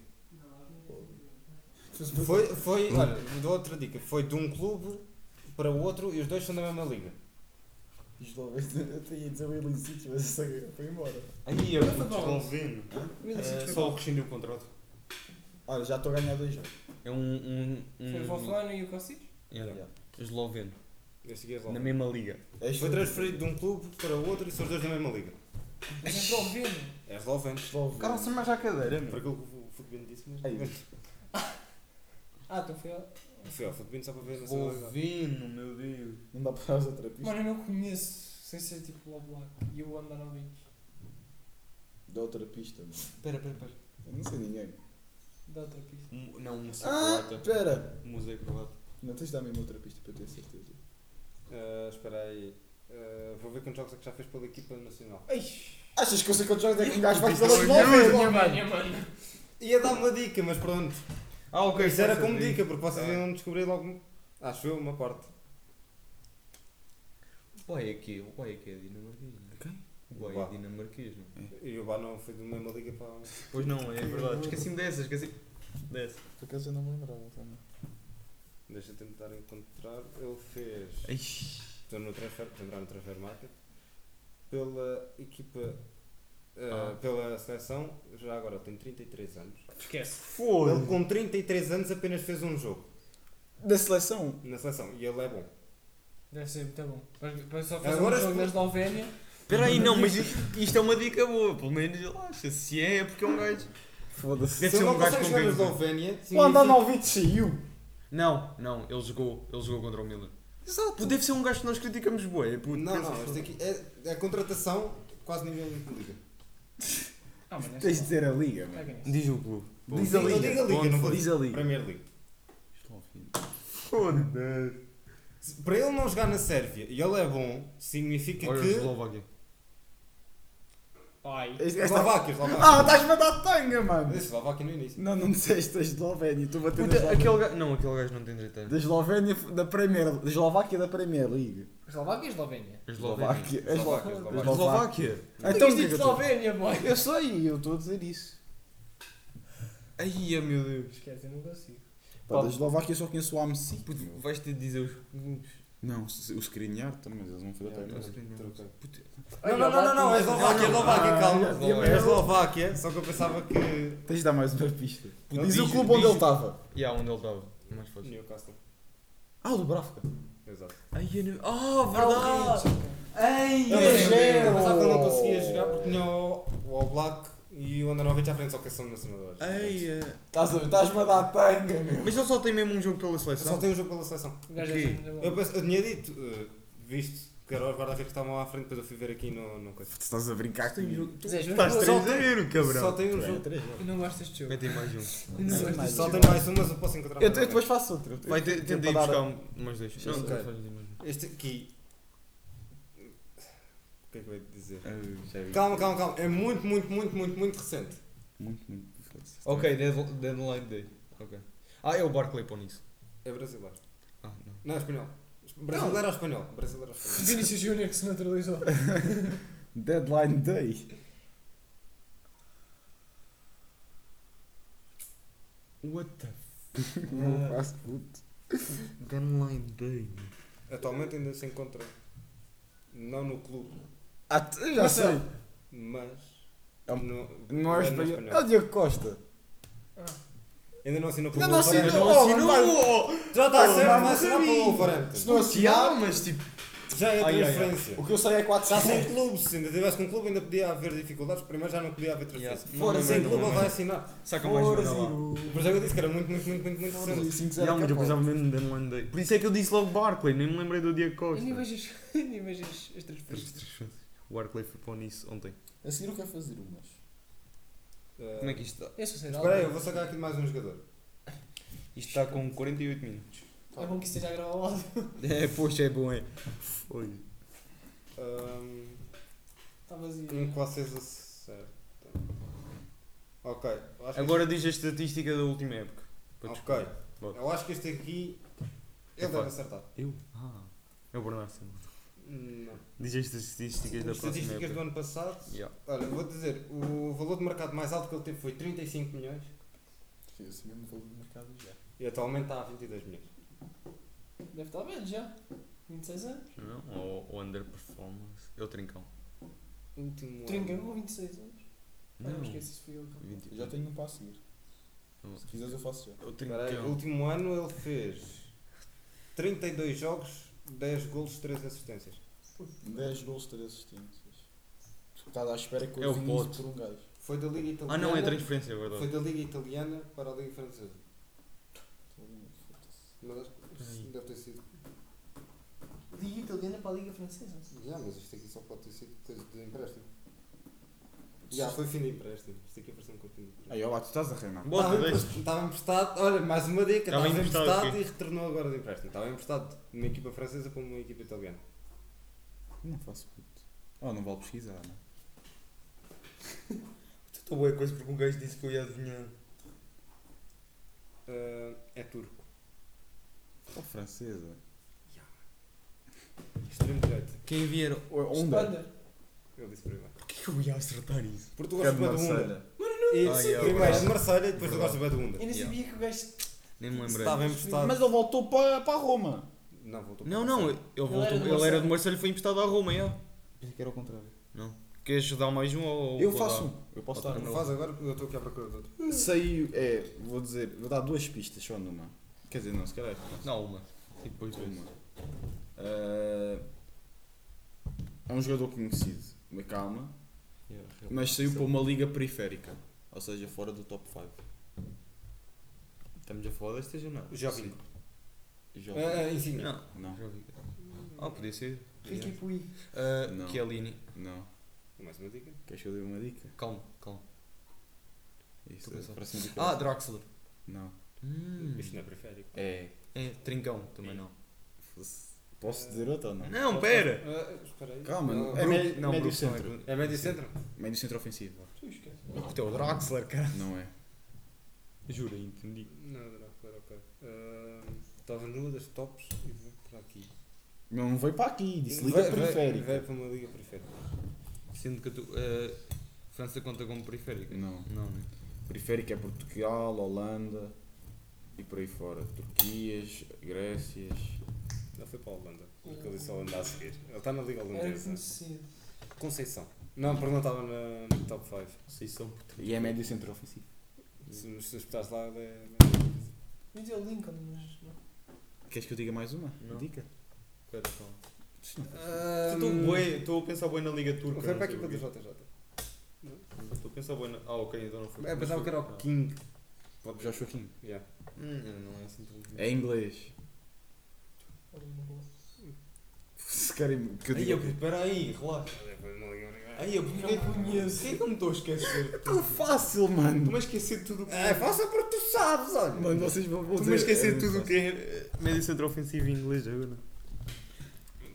Foi, foi, olha, dou outra dica. Foi de um clube para o outro e os dois são da mesma liga.
Esloveno. Eu ia dizer o Ilicic, mas essa guerra foi embora.
Aí eu
Não foi para onde?
esloveno.
O Ilicic
é
Eh,
foi
Só
bom.
rescindi o contrato.
Olha, já estou a ganhar dois jogos.
É um. um, um
Foi o Voflano e o Kostic?
Era.
Yeah.
Esloveno.
Esse aqui é
Na
lá.
mesma liga.
És
Foi transferido de um clube para o outro e são os dois na mesma liga.
Mas é esloveno.
É esloveno.
esloveno. Caralho, mais à cadeira,
Por
meu.
aquilo que o Futebino disse mesmo.
Ei.
(laughs)
Ah, então foi ele.
Foi ao Futebino só para ver a nacionalidade.
Esloveno, meu Deus.
Não dá para as outra pista.
Mano, eu não conheço, sem ser tipo o Black e o Andanovic.
Da outra pista, mano.
Espera, espera, espera.
Eu não sei ninguém.
Da outra pista.
Um- Não, um museu
Ah,
croata.
espera.
Um museu croata.
Não tens de dar mesmo outra pista para eu ter certeza.
Ah, Espera aí. Ah, Vou ver quantos jogos é que já fez pela equipa nacional.
Achas que eu sei quantos jogos é que um gajo faz pela
Eslovénia, mano.
Ia dar uma dica, mas pronto.
Ah, ok.
Isso era
já
como
sabia.
dica, porque vocês
Tá.
ainda não descobriram logo. Acho eu, uma parte.
O Bahia aqui, o Bahia aqui é dinamarquês, não é?
Quem?
O Bahia é
Bah.
dinamarquês, não é?
E o Bar não foi da mesma liga para.
Pois não, é verdade. Esqueci-me dessa, esqueci dessa.
Por acaso eu não me lembrava tá, também.
Deixa eu tentar encontrar. Ele fez. Estou no transfer, estou a entrar no transfer market. Pela equipa. ah,
Ah.
Pela seleção, já agora ele tem 33 anos.
Esquece.
Ele com 33 anos apenas fez um jogo
Da seleção?
na seleção e ele é bom.
Deve ser muito bom. Mas depois só fazer
Agora
um jogo
explode.
na Eslovénia.
Espera aí, não, mas i- isto é uma dica boa. Pelo menos ele acha. Se é, é porque é um gajo.
Foda-se.
Deve
Se
ser
ele
um
não
gajo
consegue
com
jogar na
quem. joga.
Eslovénia,
O
significa-
Andanovic saiu.
Não, não, ele jogou. Ele jogou contra o Miller. Exato. Deve ser um gajo que nós criticamos bué. puto.
Não,
Pensa
não,
só.
este aqui é, é a contratação, quase ninguém lhe liga.
Ah, mas
Tens de dizer a liga, mano.
é
Diz o clube.
Diz a liga.
Diga a liga, não vou
Diz a liga.
Premier League.
Esloveno.
Foda-se.
Se- Para ele não jogar na Sérvia e ele é bom, significa
Olha o
que.
Eslováquia.
Ai.
Este- esta-
Eslováquia, Eslováquia.
Ah, estás-me a dar tanga,
Eu
mano.
disse Eslováquia é no início.
Não, não disseste a Eslovénia. Estou batendo
Puta, aquele gajo. Não, aquele gajo não tem direito a.
Da Eslovénia, da Premier, da Eslováquia da Premier League.
Eslováquia e Eslovénia.
Eslováquia.
Eslováquia. é Eslo-
Eslováquia,
Eslováquia.
Então,
Então,
o que é que eu tô-
Eslovénia, boy.
eu sei, eu estou a dizer isso.
Ai, meu Deus.
Esquece, eu não consigo.
Pá, da Eslováquia eu só conheço o AMC.
Puto, vais ter de dizer os clubes.
Não, se- o Skriniar também, mas eles vão fazer
Yeah,
até
mas-
mais.
Troquei.
Puta.
Não, não, não, não, não, é Eslováquia, Eslováquia,
Ah,
calma.
já tinha
É
merda.
Eslováquia, só que eu pensava que.
Tens de dar mais uma pista.
Puto,
Diz o
diz-
clube onde
diz-
ele estava.
E há onde ele estava. Mais fácil.
Newcastle.
Ah, o Dubravka.
Exato.
Ai, eu não...
Ah, É
Oh, verdade! Ai,
Eu,
Zero.
pensei- eu pensava que ele não conseguia jogar porque tinha o, o All Black e o Andanovic à frente, só que são nacionais.
Ai, eh,
Estás a- Estás-me a dar tanga, meu.
mas ele só tem mesmo um jogo pela
Eu só
seleção.
tenho um jogo pela seleção.
O gajo
Aqui.
é muito
Eu,
bom.
penso, eu tinha dito, eh, visto que era os guarda-redes que estavam lá à frente, depois eu fui ver aqui no, no coisa.
Estás a brincar
Tem
comigo.
jogo- tu-
Zé,
Estás
eu-
3 a 0,
é
Só
cabrão.
tem um
Três,
jogo.
três,
eu não gosto deste jogo.
Vai ter mais um.
Eu não gosto deste
Só
jogo.
tem mais um, mas eu posso encontrar
Eu, eu
mais
depois faço outro.
Vai ter,
Eu-
tenta
eu
ir
para
buscar
dar-
um, mais dois.
Sim,
Não,
sim.
depois fazes mais um.
um. Este aqui. O que é que eu ia dizer?
Ah, já vi.
Calma, calma, calma. É muito, muito, muito, muito, muito recente.
Muito, muito. foda-se.
Ok, dead- deadline day. Ok. Ah, é o Barclay para nisso.
É brasileiro.
Ah, não.
Não, é espanhol. Brasileiro ou espanhol? Brasileiro ou espanhol?
Vinícius Júnior que se naturalizou.
Deadline Day.
What the
Não faço puto.
Deadline day.
Atualmente ainda se encontra. Não no clube,
Ah, t- eu já sei.
mas.
É um-
no-
Não é
no
espanhol. É o Diogo Costa.
Ainda não assinou
Ainda
pelo
não assinou.
Wolverhampton.
Não
Oh,
assinou!
Já está
Oh,
certo,
não
não assinou
sabia.
pelo Wolverhampton.
Se não
Oficial,
assinar,
mas tipo.
Já é
Ai, ai, ai.
transferência.
o que eu sei é 4
Já sem clube, se ainda tivesse com clube ainda podia haver dificuldades, primeiro já não podia haver transferência.
Yeah.
Fora
Não,
sem
não,
clube
não,
ele
não.
vai assinar.
Saca mais um. vai lá.
Por isso é que eu disse que era muito, muito, muito, muito, muito
é
recente.
E há um jogo, precisava mesmo de Deadline Day. Por isso é que eu disse logo Barclay, nem me lembrei do Diego
Eu
Costa.
nem vejo as- eu (laughs) nem vejo as as
Três-
transferências.
três chances. O Barclay foi para o Nice ontem.
A seguir eu quero fazer umas.
Eh,
Como é que isto está?
É sociedade.
Espera aí, eu vou sacar aqui mais um jogador.
Isto está com 48 minutos.
É bom que isto esteja a gravar o áudio.
(laughs) É, poxa, é bom, é. Foi.
Ahm,
Está Tá vazio.
Um que vocês acertam. Ok. eu acho que
Agora diz a estatística da última época. Para
Ok.
descobrir.
este- Eu acho que este aqui.
É
Ele
fácil.
deve acertar.
Eu? Ah. É o Bernardo Silva.
Não.
Diz as estatísticas da próxima
Estatísticas do
época.
ano passado.
Yeah.
Olha, vou dizer, o valor de mercado mais alto que ele teve foi 35 milhões
Eu sei mesmo o valor do mercado já.
e atualmente está a 22 milhões.
Deve estar vendo já. 26 anos?
Não, ou, ou underperformance. Eu trincão.
Último
Trincão
ano.
com 26 anos? Não,
Não,
não esqueci se fui eu. então. que-
20.
Eu já tenho um para a seguir.
Não.
Se quiseres eu faço já.
Eu
Espera aí,
É trincão.
último ano ele fez 32 jogos, 10 golos, 3 assistências.
10 gols, 3 assistências. Tu estás à espera que eu
É o
vinha
pote.
isso por um gajo.
Foi da Liga Italiana.
Ah, não, é transferência, é
Foi
verdade.
da Liga Italiana para a Liga Francesa.
Foda-se.
Mas acho que
Peraí.
deve ter sido.
Liga Italiana para a Liga Francesa. assim.
Já, mas isto aqui só pode ter sido coisa de empréstimo. Já, foi fim de empréstimo. Isto aqui apareceu com fim de empréstimo.
Aí, olha lá, tu estás a reinar.
Bota,
Estava
deixa.
emprestado- Estava emprestado, olha, mais uma dica,
Estava
estava
emprestado
emprestado
aqui.
e retornou agora de empréstimo. Estava emprestado de uma equipa francesa para uma equipa italiana.
Não faço puto. Oh, não vale pesquisar, não.
Estou boa coisa porque o gajo disse que eu ia adivinhar.
Ah, é turco.
Ou francesa.
Extremo direito.
Quem vier.
é Onda.
Espada.
Eu disse primeiro.
Porquê que eu ia acertar isso?
Porque tu gostas bem do Honda. E
Ai, é
primeiro
verdade.
de Marselha e depois tu
Verdade.
gostas bem do
Eu
Honda.
nem
Yeah.
sabia que o gajo.
Nem me lembrei.
Estava emprestado.
Mas ele voltou para, para Roma.
Não, voltou
Não,
para
não,
Marselha.
ele, voltou,
era de
ele era
Marselha.
de Marselha e foi emprestado à Roma, já.
Pensei que era ao contrário.
Não. Queres dar mais um ou.
Eu
ou-
faço um. Eu posso
Outra
dar um.
não.
Faz agora porque eu estou aqui à procura de outro.
Saiu, é, vou dizer, vou dar duas pistas só numa. Quer dizer, não, se calhar. é
Não, uma.
Tipo,
E depois
Uma.
uma.
Ah, é um jogador conhecido, mas calma. Mas saiu para uma liga periférica, ou seja, fora do top 5. um-
Estamos a falar desta janela.
Jovem.
Sim.
Jovem.
Ah, Enfim,
Não.
Não,
Jovem. Ah, podia ser.
Ricky Pui.
Ah,
Não.
Chiellini.
não.
mais uma dica.
Queres que eu dê uma dica?
Calma, calma.
Isso,
Estou a pensar.
próxima dica.
Ah, Draxler.
Não.
Hum.
Isto não é periférico.
É.
É, Trincão também não.
fosse- Posso dizer outra ou não?
Não, pera!
Ah, espera aí.
Calma,
Não,
é
Brook-
médio,
não,
médio
Brook não é
centro.
É médio centro?
Médio centro ofensivo.
Tu esquece.
Isto é o Draxler, cara.
Não é.
Juro, entendi.
Não, Drácula, ok. Ah, Estava numa das tops e veio para aqui.
Não não veio para aqui, disse liga
Veio- veio-
periférica.
Veio para uma liga periférica.
Sendo que tu. ah, França conta como periférica?
Não.
Não, né?
Periférica é Portugal, Holanda e por aí fora. Turquias, Grécias.
Ele foi para a Holanda. Porque ele disse a Holanda a seguir. Ele está na liga
Era
É,
holandesa.
conhecido.
Conceição. Não, perdão, estava na, no top 5.
Vocês são
E é médio centro ofensivo.
Se nos estás lá, ele é...
Eu dizia o Lincoln, mas. não.
Queres que eu diga mais uma?
Não.
Dica?
Espera, calma. Estou bué-
Estou
Estou a pensar bem na Liga Turca.
Foi
não
para a
sei
equipa do
porquê.
JJ.
Estou a pensar bem na. Ah, ok, então não foi.
É, pensava que era o King.
Já Joaquim.
Yeah.
Hum, Não é assim tão.
É inglês.
Olha, uma boa.
Se querem que eu
Aí eu
diga.
espera aí, relaxa.
Ele foi uma liga obrigada.
Aí eu porquê
Não conheço.
Porquê que eu me estou a esquecer?
Tão fácil, mano.
Estou-me a esquecer de tudo o que
É, faça porque tu sabes, olha.
Mano, vocês vão vão
Estou-me
dizer.
a esquecer Ah, de
é
tudo o
muito
que é eh, médio centro ofensivo em inglês agora.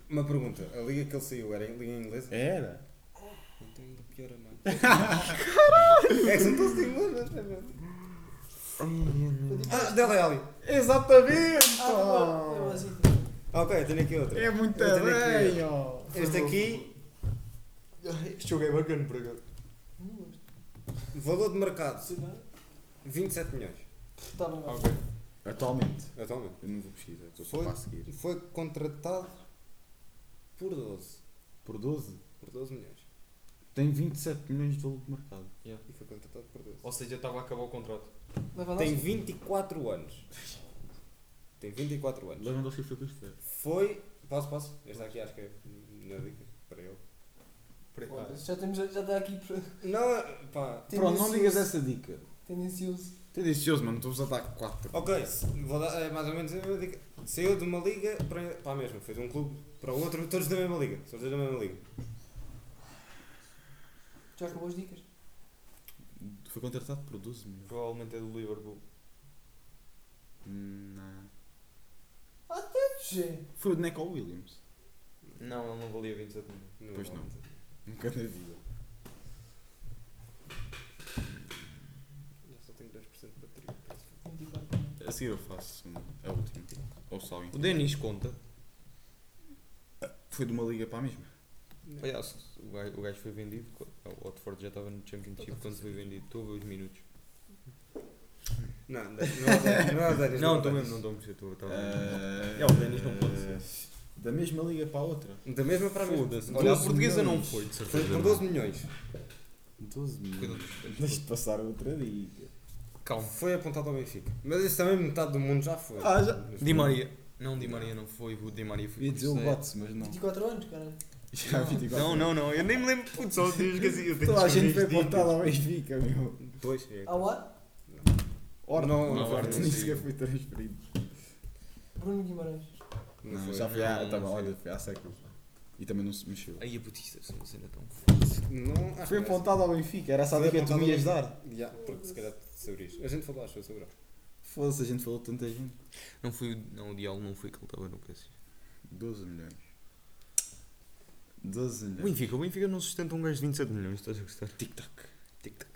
Uma pergunta. A liga que ele saiu era em liga
fácil.
inglesa?
Era?
Então ainda pior a (laughs) mãe. É que são todos de inglês, não é? Ah, Dele Ali.
Exatamente!
Ah, boa. Eu assim.
Ok, tenho aqui outra.
É muito
Eu tenho aqui
bem, ó.
Este aqui. Este jogo é bacana por acaso.
Não gosto.
Valor de mercado:
Sei nada.
27 milhões.
Tá bom.
Ah,
vá.
Atualmente.
Atualmente.
Eu não vou pesquisar, estou só
Foi?
para a seguir.
Foi contratado por 12.
Por 12?
Por 12 milhões.
Tem 27 milhões de valor de mercado.
E foi contratado por 12.
Ou seja, estava a acabar o contrato.
Leva
Tem
nós.
24 anos. Tem 24 anos.
Lewandowski foi custeiro.
Foi. Posso, posso? Esta aqui acho que é melhor dica para ele.
Olha, Já temos. Já está aqui. pre-
Não, pá.
Pronto, não digas essa dica.
Tendencioso.
Tendencioso, mano, estou-vos a dar 4.
Ok, se- vou dar é mais ou menos a mesma dica. Saiu de uma liga para, para a mesma, foi de um clube para o outro, todos da mesma liga. São todos da mesma liga.
Já acabou as dicas.
Foi contratado por 12 milhões.
Provavelmente é do Liverpool.
Hum, Não.
Gê.
Foi o Neco Williams.
Não, ele não valia 27 milhões.
Pois não. Nunca na vida.
Já só tenho 10% de bateria.
Tem de ir para a-
A seguir eu faço um, é uma. A última. Ou só um.
O Denis conta.
Foi de uma liga para a mesma.
Olha, se o gajo, o gajo foi vendido. co- O Watford já estava no Championship quando foi vendido. Estou a ver os minutos.
Não, não é o Denis, não é o Denis. É,
Não, estou mesmo, não estou a mexer. Estou a
Ah,
É, o Denis não pode ser.
Da mesma liga para a outra.
Da mesma para a
Foda-se.
mesma.
Olha, a
12
portuguesa não
milhões.
foi, de
Foi
certeza.
por 12 milhões.
12 mil.
Cuidado.
Deixa-te passar outra dica.
Calma.
Foi apontado ao Benfica. Mas isso também metade do mundo já foi.
Ah, já.
Mas-
Di Maria. Não, Di Maria não foi. O Di Maria foi
Ia dizer o
Cruzeiro.
Gotts, mas não.
24 anos, cara.
é. Já vi igual.
Não, não, não. Eu nem me lembro. Putz, só te esqueci. Eu tenho
Toda a
que
gente
escrever
foi
isto.
apontada ao Benfica, meu.
Dois. É.
Há o ar?
Ora,
Não,
não,
não,
não,
não,
nem
sim.
sequer foi transferido.
Bruno Guimarães.
Não foi.
já foi há,
Não,
tá
não
bom,
foi.
olha, foi há séculos. E também não se mexeu.
Ai, a putista, essa não cena tão.
Não, acho
Foi
que não é
apontado ao Benfica, era essa a
Foi
dica que tu
apontado
me
ao
ias dar.
assim. Já, porque se calhar saberias. A gente falou, acho que sobre ela.
Foda-se, a gente falou de tanta gente.
Não foi. o- Não, o diálogo não foi que ele estava no PSG.
12 milhões. 12
O
milhões.
Benfica, o Benfica não sustenta um gajo de 27 milhões, estás a gostar? Tic-tac. Tic-tac.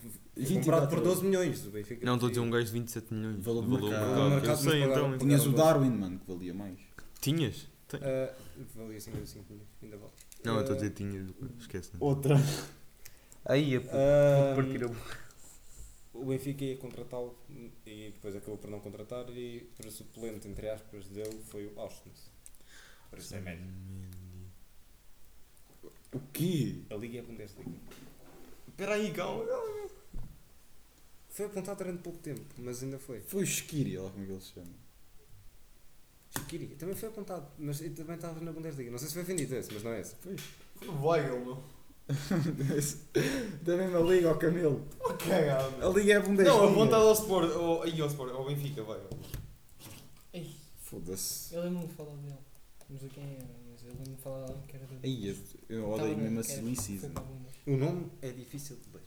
Foi Comprado por 12 milhões do Benfica.
Não, estou a dizer um gajo de 27 milhões.
Valor de mercado.
mercado,
Valor de mercado,
Eu sei,
mas
então.
pagaram-
então.
Tinhas o Darwin, mano, que valia mais.
Tinhas? Tem.
Ah, valia 55 milhões, ainda vale.
Não, eu estou a
Ah,
dizer tinhas. Esquece. não.
Eh, Outra.
Aí, a puta.
ah,
Vou partir a boca.
O Benfica ia contratá-lo e depois acabou por não contratar e para suplente, entre aspas, dele foi o Austin. Por isso é médio.
O quê?
A Liga é a Bundesliga.
Espera aí, calma.
Foi apontado durante pouco tempo, mas ainda foi.
Foi o Shkiri, lá como é que ele se chama. (laughs)
Shaqiri também foi apontado, mas ele também estava na Bundesliga. Não sei se foi vendido esse, mas não é esse.
Weigel, meu.
da mesma liga ao Camelo.
Cagado.
A liga é Bundesliga.
Não, apontado ao Sport, ao, aí ao Sport, ao Benfica, vai.
Foda-se.
Eu lembro-me de falar dele. Não sei quem era, mas eu lembro-me de falar de alguém que era dele.
Aí, eu- eu odeio mesmo assim o (laughs)
Foi
inciso.
para a bomba.
O nome é difícil de ler.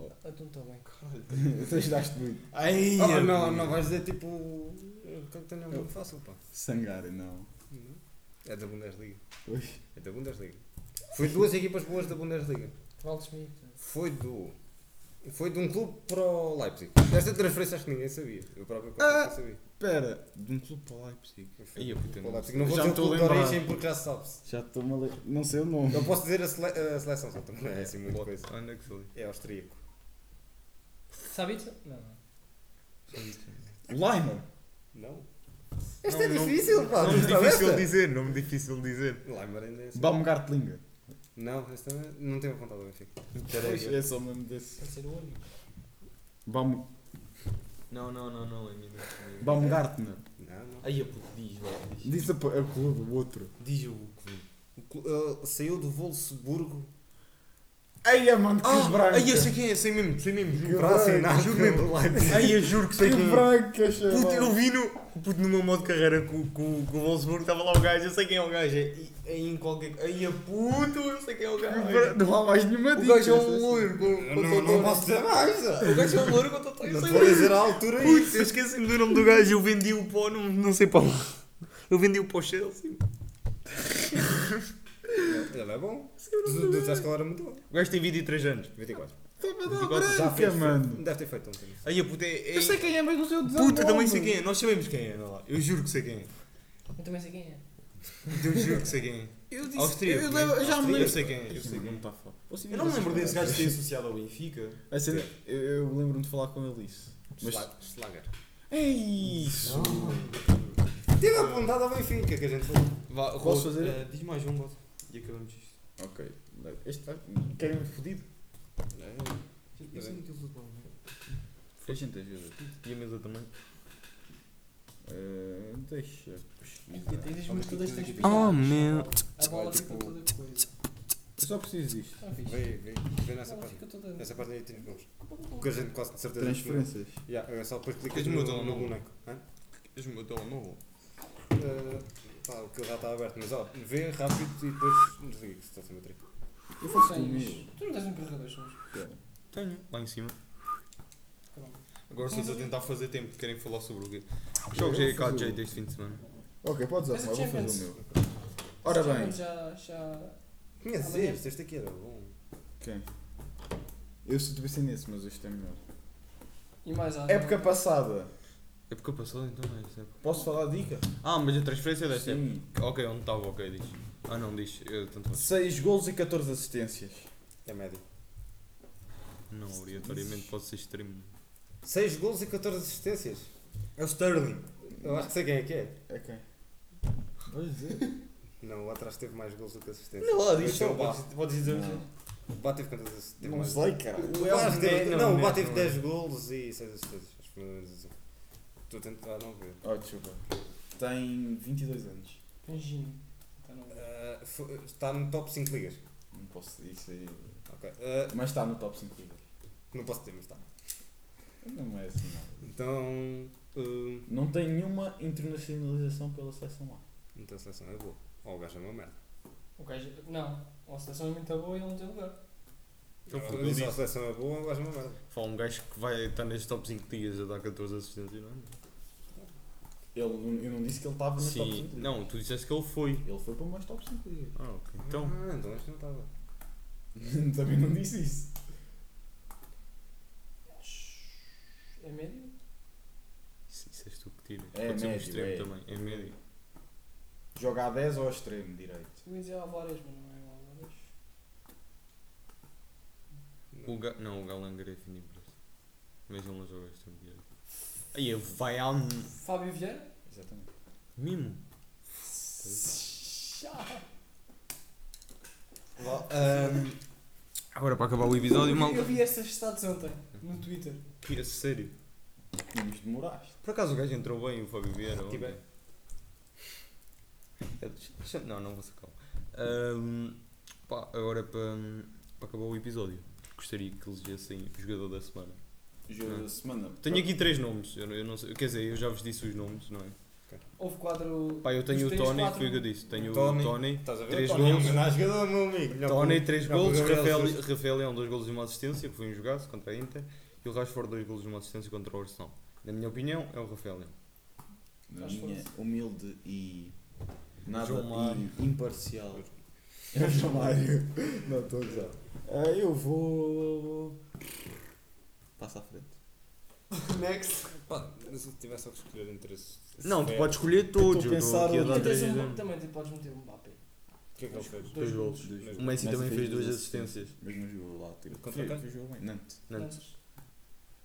Ah, tu está bem.
(laughs) Tu ajudaste muito.
Ai,
Ah,
Oh, não, não vais dizer tipo. Qual que tem um nome fácil, pá?
Sangare, não.
Não. É da Bundesliga.
Ui.
É da Bundesliga. Foi duas equipas boas da Bundesliga.
Val Schmidt.
Foi do. Foi de um clube para o Leipzig. Esta transferência acho que ninguém sabia. Eu próprio
Ah!
não sabia.
Pera, de um clube para o Leipzig.
Foi
Ia, puta,
para o
não.
Leipzig. Não vou
Já
dizer
me
o
estou a
clube de
lembrar.
origem porque já se sabe-se.
Já estou mal. Não sei o nome.
Eu posso dizer a, sele- a seleção só também. Não é assim muita coisa.
Onde é que foi?
É austríaco.
Sabitza? Não, não.
Leimer.
Não.
Esta é difícil, pá.
Tá
Nome difícil dizer, nome difícil dizer.
Leimer ainda é assim.
Baumgartlinger.
Não, esse também não tem apontado ao Benfica.
Pois, é só o nome desse.
Pode ser o único.
Baum...
Não, não, não, não, é amigo.
Baumgartner.
Não, não.
Aí a puta, diz, vai, diz.
Diz a, a clube, o outro.
Diz o clube.
O clu- ele saiu do Wolfsburgo
Eia, é, mano, que branca.
Ai, eu sei quem é, sei mesmo, sei mesmo.
para assinar
juro
pelo
mesmo.
Leipzig.
Ai, eu juro que sei
Que
quem é.
branca,
Puta, eu
chaval.
vi no, puto, no meu modo de carreira com, com, com o Wolfsburg, estava lá o gajo, eu sei quem é o gajo. Aí em qualquer. Ai, a puto, eu sei quem é o gajo.
Não há mais nenhuma
O
dica.
gajo é um loiro com, com
Não, não
totó.
posso dizer mais. ah.
O gajo é um loiro com totó, eu
Não
sei
te vou dizer a altura
Putz,
isso.
eu esqueci-me do nome do gajo, eu vendi o pó, não, não sei para onde. Eu vendi o pó Chelsea.
Ele é bom. Tu tu sabes que ele era muito bom.
O gajo tem 23 anos.
24.
Já
fez,
fica, mano.
Deve ter feito um ontem.
Aí a puta é.
Eu sei quem é, mas não sei o desenho.
Puta, também sei quem é, nós sabemos quem é, não lá. Eu juro que sei quem é.
Eu também sei quem é.
Eu juro que sei quem é.
Eu disse.
Austríaco.
eu,
né?
eu já me
Austríaco, Eu
lembro.
sei quem é. Eu, sei quem é. eu não me lembro desse gajo ter associado ao Benfica.
A cena- eu, eu lembro-me de falar com ele isso. Mas-
Schla- Schlager.
É isso.
Teve apontado ao Benfica que a gente falou.
Vá,
Posso
Rô,
fazer?
eh, diz mais um, bota. E acabamos isto.
Ok. Este quem é fodido?
É,
Tipo, Eu sei muito futebol, não
A gente ajuda.
E a mesa também.
Eh, deixa.
é? Tens muito todas estas
Oh, meu.
A bola
Olha,
fica
tipo-
toda coisa.
Eu só preciso disto.
Ah, fixe.
Vê, vê, vê
A
nessa
bola
parte.
fica toda.
Nessa parte aí tens gols. Que a gente quase de certeza. que não.
Transferências.
Ya, é só depois clicas
Tens o meu
no, no
telemóvel.
boneco. hã?
És o meu telemóvel.
Ah, pá, o que já está aberto, mas ó, vê rápido e depois desliga que se está sem bateria.
Eu
Tu
faço o meu.
tens- tu não tens um carregador, somos.
Tenho. Lá em cima.
Caramba.
Agora vocês a tentar fazer tempo, querem falar sobre o quê? Jogos aí cá de jeito este fim de semana.
Ok, podes
Mas
arrumar,
a
vou fazer o
Champions-
meu. Ora
Já-
bem.
Já, já.
Tinhas
Amanhã.
este, este aqui era bom.
Quem? Eu se pensei nesse, mas este é melhor.
E mais há.
Época passada.
É porque eu passou então, é isso. é-
Posso falar a dica?
Ah, mas a transferência é desta época.
Sim.
Ok, onde estava, ok, diz. Ah não, diz. Eu tanto faz.
6 golos e 14 assistências.
É médio.
Não, obrigatoriamente pode ser extremo.
6 gols e 14 assistências.
É o Sterling.
Eu acho que sei quem é que é.
É quem?
Podes dizer.
Não, o Atras teve mais gols do que assistência.
Não, diz só,
Então,
pá.
podes-
Podes dizer.
O um Bá teve quantas assistências?
Não sei, cara.
O Bá
Elfes
teve,
não,
não, o
não,
Bá
não,
teve
não.
10
é.
golos e 6 assistências. Acho que mais ou menos assim. Estou a tentar não ver.
Ó, Oh, desculpa. Tem 22 anos.
Anjinho. Então não.
Ah, foi- está no top 5 ligas.
Não posso isso aí.
Ok. Ah,
Mas está no top 5 liga.
não posso dizer, mas está.
Não é assim, não.
Então. ah,
Não tem nenhuma internacionalização pela seleção A.
então a seleção é boa. Ou o gajo é uma merda.
O gajo. Não. A seleção é muito boa e ele não tem lugar.
Então,
foi o que
eu
eu
disse, a
disse.
seleção é boa, ou o gajo é uma merda.
Fala um gajo que vai estar neste top 5 dias a dar 14 assistências, não é?
Ele, eu não disse que ele estava no top 5
Sim,
liga.
não, tu disseste que ele foi.
Ele foi para mais top 5 liga.
Ah, ok. Então,
Ah, então este não estava.
(laughs) Também não disse isso.
É médio?
isso, isso és tu que tiras.
É
Pode ser um
médio,
extremo
é.
também, é médio.
Joga a 10 ou a extremo direito?
Eu ia dizer Alvarez, mas não é o Alvarez.
O ga... Não, o Galangar é fininho para isso. Mas ele não joga extremo direito. Aí vai ao
Fábio Vieira?
Exatamente.
mimo.
Chá.
Vá,
ehm, Agora para acabar o episódio, mal.
Eu vi estas stats ontem, no Twitter.
Pira, sério.
Tínhamos de Moraes.
Por acaso o gajo entrou bem, o Fábio Vieira.
Ah,
ontem.
Tiver.
Eu- deixa- Não, não vou sacá-lo. Ahm, pá, agora para, para acabar o episódio, gostaria que elegessem o jogador da semana.
Jogo
Não.
da semana.
Ah.
Tá.
Tenho aqui três nomes, eu, eu não sei, quer dizer, eu já vos disse os nomes, não é?
Houve quatro.
Pá, eu tenho
Os
o
três,
Tony,
quatro.
foi o que eu disse. Tenho
Tony.
o Tony,
Estás a ver?
Três
Tony é um
golos.
grande jogador, meu amigo. Melhor
Tony,
que o-
3
melhor que o
golos,
Gabriel
Rafael,
Jesus.
Rafael Leão 2 golos e uma assistência, que foi um jogaço contra a Inter, e o Rashford 2 golos e uma assistência contra o Arsenal. Na minha opinião, é o Rafael Leão.
Na
Acho
minha humilde e nada
João Mário.
e imparcial. (laughs) É o João Mário. Não, estou a usar. eu vou. Passa à frente.
Next.
Pá, se tivesse só que escolher entre esses.
Não, tu
esses
podes escolher todos, eu estou aqui a dar três
Metes um-
exemplos.
Também te podes meter um Mbappé.
O que é que ele fez?
Dois golos.
Dois
O Messi
Messi
também fez
fez
duas
duas
assistências.
Mas não jogou lá. Tira.
Contra quem?
Jogou bem. Nantes.
Nantes.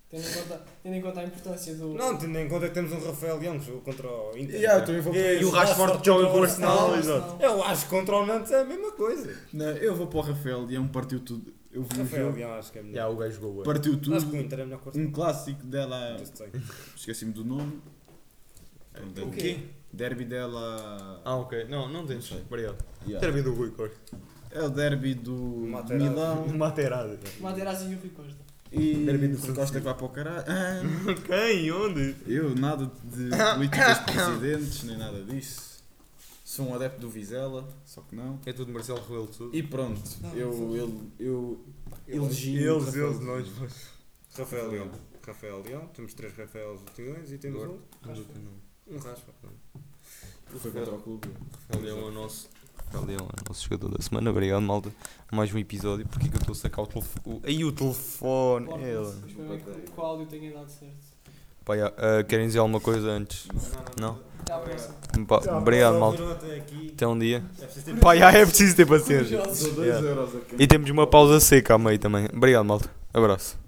Tendo em conta, tendo em conta a importância do.
Não, tendo em conta que temos um Rafael Leão que jogou contra o Inter.
Yeah, eu também vou para
E o Rashford que joga com o Arsenal,
Arsenal.
exato. Uhum.
Eu acho que contra o Nantes é a mesma coisa.
Não, eu vou para o Rafael Leão, partiu tudo. Eu vi o
Rafael
jogo,
Leão acho que é melhor.
Já, o gajo jogou bem.
partiu
Acho que o
tudo.
Inter é melhor que o Arsenal.
Um clássico dela.
Não sei.
Esqueci-me do nome. É
é O quê?
Derby dela.
Ah, ok. Não, não tens.
Não sei.
Obrigado.
Yeah.
Derby do Rui Costa.
É o derby do
Materazzi.
é
Milão.
Materada.
Materazzi e o Rui Costa.
E
Derby do
Rui
Francisco.
Costa que vai para o caralho. Ah,
(laughs) (laughs) Quem? Onde?
eu nada de políticas de presidentes, nem nada disso. Sou um adepto do Vizela, só que não.
É tudo Marcelo Rebelo de Sousa.
E pronto, eu, eu, eu elegi. o
Eles,
Rafael
eles, nós.
Leão.
Rafael Leão. Rafael Leão. Temos três Rafael Leões e temos
Agora.
um. Um Rashford.
Foi contra o clube.
Rafael Leão é o nosso. Rafael Leão é o nosso jogador da semana. Obrigado, malta. Mais um episódio. Porquê que eu estou a sacar o telefone? o- Aí o telefone.
Porta,
Ele.
Mas para ver qual áudio tenha dado certo.
Pá, já, ah, querem dizer alguma coisa antes? Não?
Até à próxima.
Pá,
Tá,
obrigado, malta.
Ouviram até aqui.
Até um dia.
É preciso ter-
Pá, já é preciso ter paciência.
Corajosos.
Dou 2
Yeah.
é.
euros a quem.
E temos uma pausa seca a meio também. Obrigado, malta. Abraço.